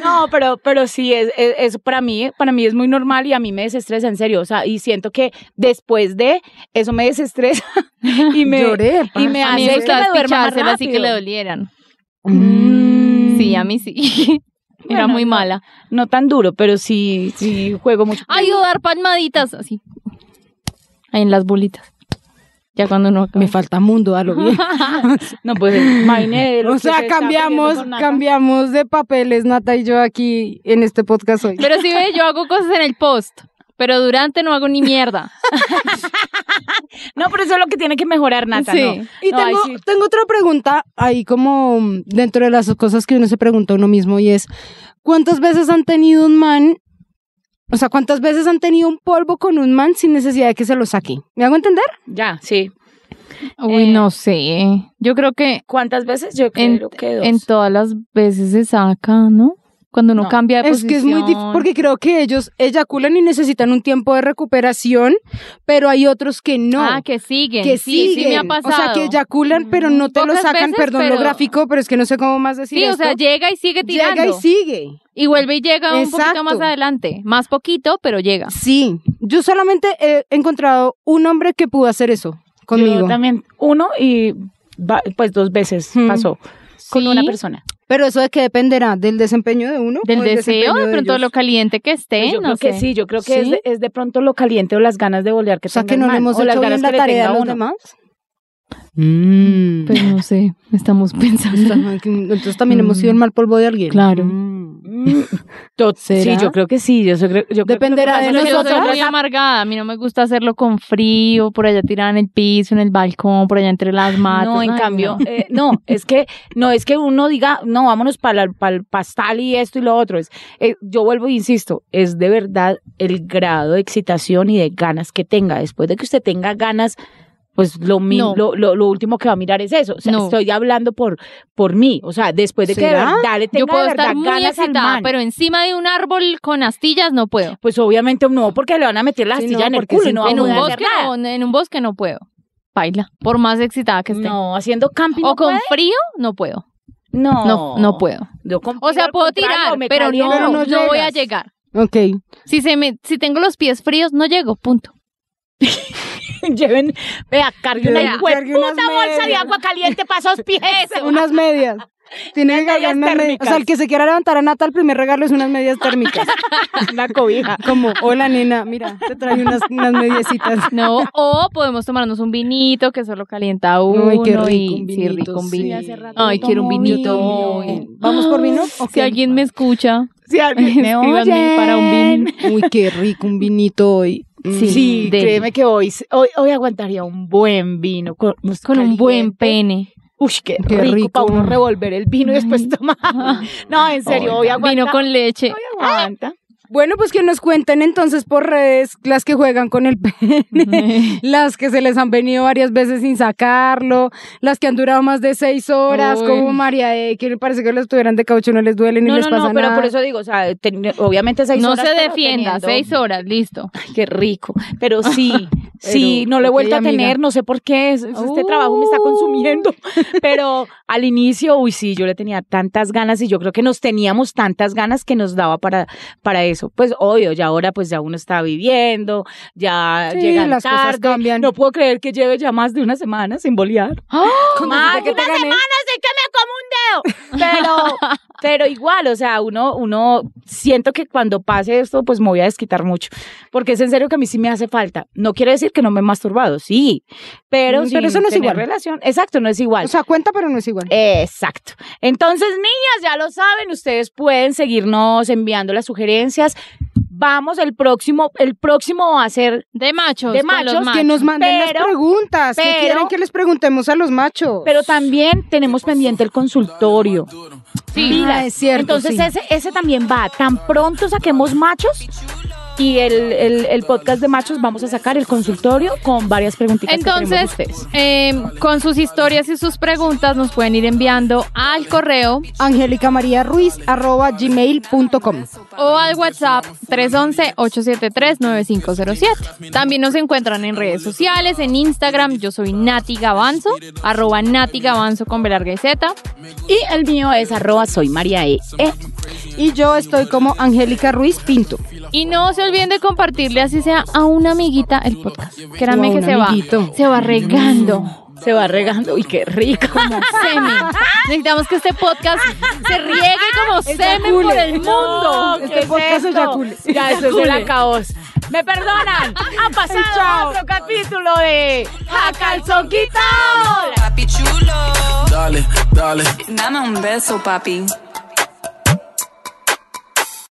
Speaker 4: No, pero, pero sí, es, es- eso para mí, para mí es muy normal y a mí me desestresa, en serio. O sea, y siento que después de eso me desestresa [laughs] y me,
Speaker 6: Lloré,
Speaker 4: y me
Speaker 5: a mí
Speaker 4: hace
Speaker 5: me
Speaker 4: que me
Speaker 5: gustaba
Speaker 4: duerma más
Speaker 5: despichársela así que
Speaker 4: rápido.
Speaker 5: le dolieran.
Speaker 6: Mm.
Speaker 5: Sí, a mí sí. [laughs] Era
Speaker 4: Bueno,
Speaker 5: muy
Speaker 4: no.
Speaker 5: mala.
Speaker 4: No tan duro, pero sí, sí juego mucho.
Speaker 5: Ay, o dar palmaditas así. Ahí en las bolitas. Ya cuando no
Speaker 6: Me falta
Speaker 4: [laughs]
Speaker 6: mundo, a lo bien.
Speaker 4: No, pues, imagínate lo
Speaker 6: [laughs] o
Speaker 4: que se
Speaker 6: sea,
Speaker 4: está
Speaker 6: cambiamos,
Speaker 4: perdiendo con Nata.
Speaker 6: cambiamos de papeles, Nata y yo aquí en este podcast hoy.
Speaker 5: Pero sí ve, yo hago cosas en el post. Pero durante no hago ni mierda.
Speaker 4: No, pero eso es lo que tiene que mejorar, Nata,
Speaker 5: Sí.
Speaker 4: ¿no?
Speaker 6: Y
Speaker 4: No, ay,
Speaker 6: tengo,
Speaker 4: sí.
Speaker 6: tengo otra pregunta ahí como mm, dentro de las cosas que uno se pregunta a uno mismo y es, ¿cuántas veces han tenido un man? O sea, ¿cuántas veces han tenido un polvo con un man sin necesidad de que se lo saque? ¿Me hago entender?
Speaker 4: Ya, sí.
Speaker 5: [laughs] Uy,
Speaker 4: Eh.
Speaker 5: no sé. Yo creo que
Speaker 4: ¿Cuántas veces? Yo creo
Speaker 5: en,
Speaker 4: que dos.
Speaker 5: en todas las veces se saca, ¿no? Cuando uno
Speaker 4: No.
Speaker 5: cambia de
Speaker 6: Es que es muy difícil,
Speaker 5: posición.
Speaker 6: porque creo que ellos eyaculan y necesitan un tiempo de recuperación, pero hay otros que no.
Speaker 5: Ah, que siguen.
Speaker 6: que
Speaker 5: sí, sí me ha
Speaker 6: siguen.
Speaker 5: pasado. Mm,
Speaker 6: O sea, que eyaculan, pero no te lo
Speaker 5: Pocas
Speaker 6: sacan,
Speaker 5: veces,
Speaker 6: perdón
Speaker 5: pero-
Speaker 6: lo gráfico, pero es que no sé cómo más decir
Speaker 5: Sí, o sea,
Speaker 6: esto.
Speaker 5: llega y sigue tirando.
Speaker 6: llega y sigue.
Speaker 5: Y vuelve y llega un poquito
Speaker 6: Exacto.
Speaker 5: más adelante. Más poquito, pero llega.
Speaker 6: Sí, yo solamente he encontrado un hombre que pudo hacer eso
Speaker 4: Yo
Speaker 6: conmigo,
Speaker 4: también uno y va- pues dos veces
Speaker 6: Hmm.
Speaker 4: pasó con
Speaker 5: Sí.
Speaker 4: una persona.
Speaker 6: pero eso de que dependerá del desempeño de uno,
Speaker 5: Del
Speaker 6: o el
Speaker 5: deseo,
Speaker 6: desempeño
Speaker 5: de pronto
Speaker 6: ellos.
Speaker 5: lo caliente que esté,
Speaker 4: Pues yo creo
Speaker 5: no
Speaker 4: que
Speaker 5: sé.
Speaker 4: sí, yo creo que es,
Speaker 6: Eh, ¿Sí?
Speaker 4: de, es de pronto lo caliente o las ganas de bolear que
Speaker 6: o sea,
Speaker 4: tenga
Speaker 6: que
Speaker 4: el
Speaker 6: no le
Speaker 4: man,
Speaker 6: hemos
Speaker 4: o las
Speaker 6: hecho
Speaker 4: ganas
Speaker 6: bien la
Speaker 4: que le
Speaker 6: tarea
Speaker 4: tenga
Speaker 6: a los
Speaker 4: uno.
Speaker 6: demás. Mm.
Speaker 5: Pues no sé,
Speaker 4: [laughs]
Speaker 5: estamos pensando.
Speaker 6: Entonces también hemos sido el mal polvo de alguien.
Speaker 5: Claro.
Speaker 6: Mm.
Speaker 4: Mm, to- Sí,
Speaker 6: [laughs] ¿Será?
Speaker 4: yo creo que sí, yo, so- creo- yo creo que
Speaker 6: Dependerá
Speaker 4: lo que
Speaker 6: de
Speaker 4: pasa es que
Speaker 5: yo soy
Speaker 6: nosotras.
Speaker 5: muy amargada, a mí no me gusta hacerlo con frío, por allá tirada en el piso, en el balcón, por allá entre las matas.
Speaker 4: No, en
Speaker 5: Ay,
Speaker 4: cambio,
Speaker 5: no.
Speaker 4: eh, no, es que no es que uno diga, no, vámonos para el, para el pastal y esto y lo otro. Es, eh, yo vuelvo e insisto, es de verdad el grado de excitación y de ganas que tenga. Después de que usted tenga ganas, pues lo, mi-
Speaker 5: No.
Speaker 4: lo, lo, lo último que va a mirar es eso. O sea,
Speaker 5: No.
Speaker 4: estoy hablando por, por mí. O sea, después de que de
Speaker 6: ¿Será?
Speaker 4: verdad le tenga
Speaker 5: Yo puedo
Speaker 4: de verdad
Speaker 5: estar muy
Speaker 4: ganas al
Speaker 5: excitada,
Speaker 4: man,
Speaker 5: pero encima de un árbol con astillas no puedo.
Speaker 4: Pues obviamente no, porque le van a meter la
Speaker 6: Sí,
Speaker 4: astilla
Speaker 6: no,
Speaker 4: en el
Speaker 6: porque
Speaker 4: culo y
Speaker 6: sí,
Speaker 4: no va a
Speaker 5: en un
Speaker 4: poder hacer
Speaker 5: bosque
Speaker 4: nada.
Speaker 5: no, en un bosque no puedo. Baila, por más excitada que esté.
Speaker 4: No, haciendo camping
Speaker 5: o
Speaker 4: no
Speaker 5: con
Speaker 4: puede.
Speaker 5: frío no puedo.
Speaker 4: No,
Speaker 5: No, no puedo.
Speaker 4: Yo
Speaker 5: O
Speaker 4: contigo
Speaker 5: sea,
Speaker 4: al
Speaker 5: puedo
Speaker 4: contrario,
Speaker 5: tirar,
Speaker 4: me
Speaker 5: pero
Speaker 4: caliento.
Speaker 5: no, no,
Speaker 6: Pero no
Speaker 5: voy a
Speaker 6: llegas.
Speaker 5: llegar.
Speaker 6: Ok.
Speaker 5: Si se me, si tengo los pies fríos, no llego, punto.
Speaker 4: [laughs] Lleven, vea, cargue
Speaker 6: Lleven,
Speaker 4: una
Speaker 6: cargue unas
Speaker 4: puta bolsa de
Speaker 6: medias. [laughs]
Speaker 4: agua caliente para esos pies.
Speaker 6: Unas medias. Tiene que cargar
Speaker 4: medias
Speaker 6: unas medias. O sea, el
Speaker 4: térmicas.
Speaker 6: que se quiera levantar a Nata, el primer regalo es unas medias
Speaker 4: [laughs]
Speaker 6: térmicas. Ah,
Speaker 4: Una [laughs] cobija.
Speaker 6: Como, hola nena, mira, te traigo unas, unas mediecitas. [laughs]
Speaker 5: No, o podemos tomarnos un vinito que solo calienta uno.
Speaker 6: Ay, qué rico,
Speaker 5: y,
Speaker 6: un
Speaker 5: sí,
Speaker 6: vinito,
Speaker 5: rico, un
Speaker 6: sí.
Speaker 5: vino.
Speaker 6: Hace rato
Speaker 5: Ay,
Speaker 6: no
Speaker 5: quiero un
Speaker 6: tomo
Speaker 5: vinito.
Speaker 6: vino. ¿Vamos por
Speaker 5: [gasps]
Speaker 6: vino? Ok.
Speaker 5: Si alguien me escucha,
Speaker 4: Si
Speaker 5: [laughs]
Speaker 4: alguien me
Speaker 5: escríbanme para un
Speaker 4: oyen.
Speaker 5: vino.
Speaker 6: [laughs] Uy, qué rico un vinito hoy. Mm.
Speaker 5: Sí.
Speaker 4: Sí,
Speaker 5: Deli.
Speaker 4: créeme que hoy, hoy, hoy aguantaría un buen vino. Con, pues,
Speaker 5: Con un buen pene.
Speaker 4: Uy, qué,
Speaker 6: Qué
Speaker 4: rico,
Speaker 6: rico.
Speaker 4: para uno revolver el vino y después [laughs] tomar. No, en serio, hoy aguanta.
Speaker 5: Vino con
Speaker 6: [laughs]
Speaker 5: leche.
Speaker 4: Hoy aguanta.
Speaker 6: Bueno, pues que nos cuenten entonces por redes las que juegan con el pene, [laughs] las que se les han venido varias veces sin sacarlo, las que han durado más de seis horas,
Speaker 5: Uy.
Speaker 6: como María de que parece que los tuvieran de caucho, no les duele ni
Speaker 4: No,
Speaker 6: les
Speaker 4: no,
Speaker 6: pasa
Speaker 4: no, pero
Speaker 6: nada.
Speaker 4: por eso digo, o sea, ten- obviamente seis
Speaker 5: No
Speaker 4: horas.
Speaker 5: se
Speaker 4: pero
Speaker 5: defienda,
Speaker 4: teniendo-
Speaker 5: seis horas,
Speaker 6: [gasps]
Speaker 5: listo.
Speaker 4: Ay, qué rico.
Speaker 6: [laughs]
Speaker 4: Pero sí, sí,
Speaker 6: Pero,
Speaker 4: no lo he
Speaker 6: ok,
Speaker 4: vuelto a
Speaker 6: amiga.
Speaker 4: tener, no sé por qué, es- es- este
Speaker 5: Uh.
Speaker 4: trabajo me está
Speaker 6: [laughs]
Speaker 4: consumiendo. Pero al inicio, uy, sí, yo le tenía tantas ganas y yo creo que nos teníamos tantas ganas que nos daba para, para eso. Pues obvio, ya ahora pues ya uno está viviendo, ya
Speaker 6: Sí,
Speaker 4: llegan
Speaker 6: las cosas
Speaker 4: tarde.
Speaker 6: cambian.
Speaker 4: No pues, puedo creer que lleve ya más de una semana sin bolear.
Speaker 6: Con
Speaker 4: Más
Speaker 6: decirte que e-. te
Speaker 4: una
Speaker 6: gané.
Speaker 4: semana sin que me como un dedo.
Speaker 6: [laughs]
Speaker 4: Pero, pero igual, o sea, uno, uno siento que cuando pase esto, pues me voy a desquitar mucho. Porque es en serio que a mí sí me hace falta. No quiere decir que no me he masturbado, sí. Pero,
Speaker 6: Mm,
Speaker 4: sin
Speaker 6: pero eso no es
Speaker 4: tener
Speaker 6: igual.
Speaker 4: relación. Exacto, no es igual.
Speaker 6: O sea, cuenta, pero no es igual.
Speaker 4: Exacto. Entonces, niñas, ya lo saben, ustedes pueden seguirnos enviando las sugerencias. Vamos, el próximo, el próximo va a ser
Speaker 5: De machos.
Speaker 4: De
Speaker 5: con los
Speaker 4: machos,
Speaker 6: que
Speaker 5: machos.
Speaker 6: nos manden
Speaker 4: pero-
Speaker 6: las preguntas. que
Speaker 4: pero-
Speaker 6: quieren que les preguntemos a los machos?
Speaker 4: Pero también tenemos pendiente el consultorio.
Speaker 5: Sí.
Speaker 4: pilas.
Speaker 6: Ah, es cierto,
Speaker 4: Entonces
Speaker 6: sí.
Speaker 4: ese, ese también va. Tan pronto saquemos machos y el, el- el podcast de machos vamos a sacar el consultorio con varias preguntitas. que tenemos
Speaker 5: Entonces,
Speaker 4: ustedes.
Speaker 5: eh, con sus historias y sus preguntas nos pueden ir enviando al correo
Speaker 6: Angélica María Ruiz, arroba gmail.com.
Speaker 5: o al WhatsApp 311-873-9507. También nos encuentran en redes sociales, en Instagram, yo soy Nati Gavanzo, arroba Nati Gavanzo con Belarga y Z.
Speaker 4: y el mío es arroba soy María E. E.
Speaker 6: Y yo estoy como Angélica Ruiz Pinto.
Speaker 5: Y no se olviden de compartirle así sea a una amiguita el podcast. Créanme
Speaker 6: O a
Speaker 5: que
Speaker 6: un
Speaker 5: se
Speaker 6: amiguito.
Speaker 5: va. Se va regando.
Speaker 4: Se va regando. Uy, qué rico. [laughs]
Speaker 5: Semen. Necesitamos que este podcast se riegue como semen por el
Speaker 4: No,
Speaker 5: mundo.
Speaker 4: ¿qué
Speaker 6: Este
Speaker 4: es
Speaker 6: podcast
Speaker 4: esto?
Speaker 6: eyacule.
Speaker 4: Ya, eso es
Speaker 5: Eyacule.
Speaker 4: el acaos. Me [laughs] perdonan. Ha pasado otro capítulo de A Calzón Quitado.
Speaker 2: Papi chulo,
Speaker 3: Dale, dale.
Speaker 2: dame un beso, papi.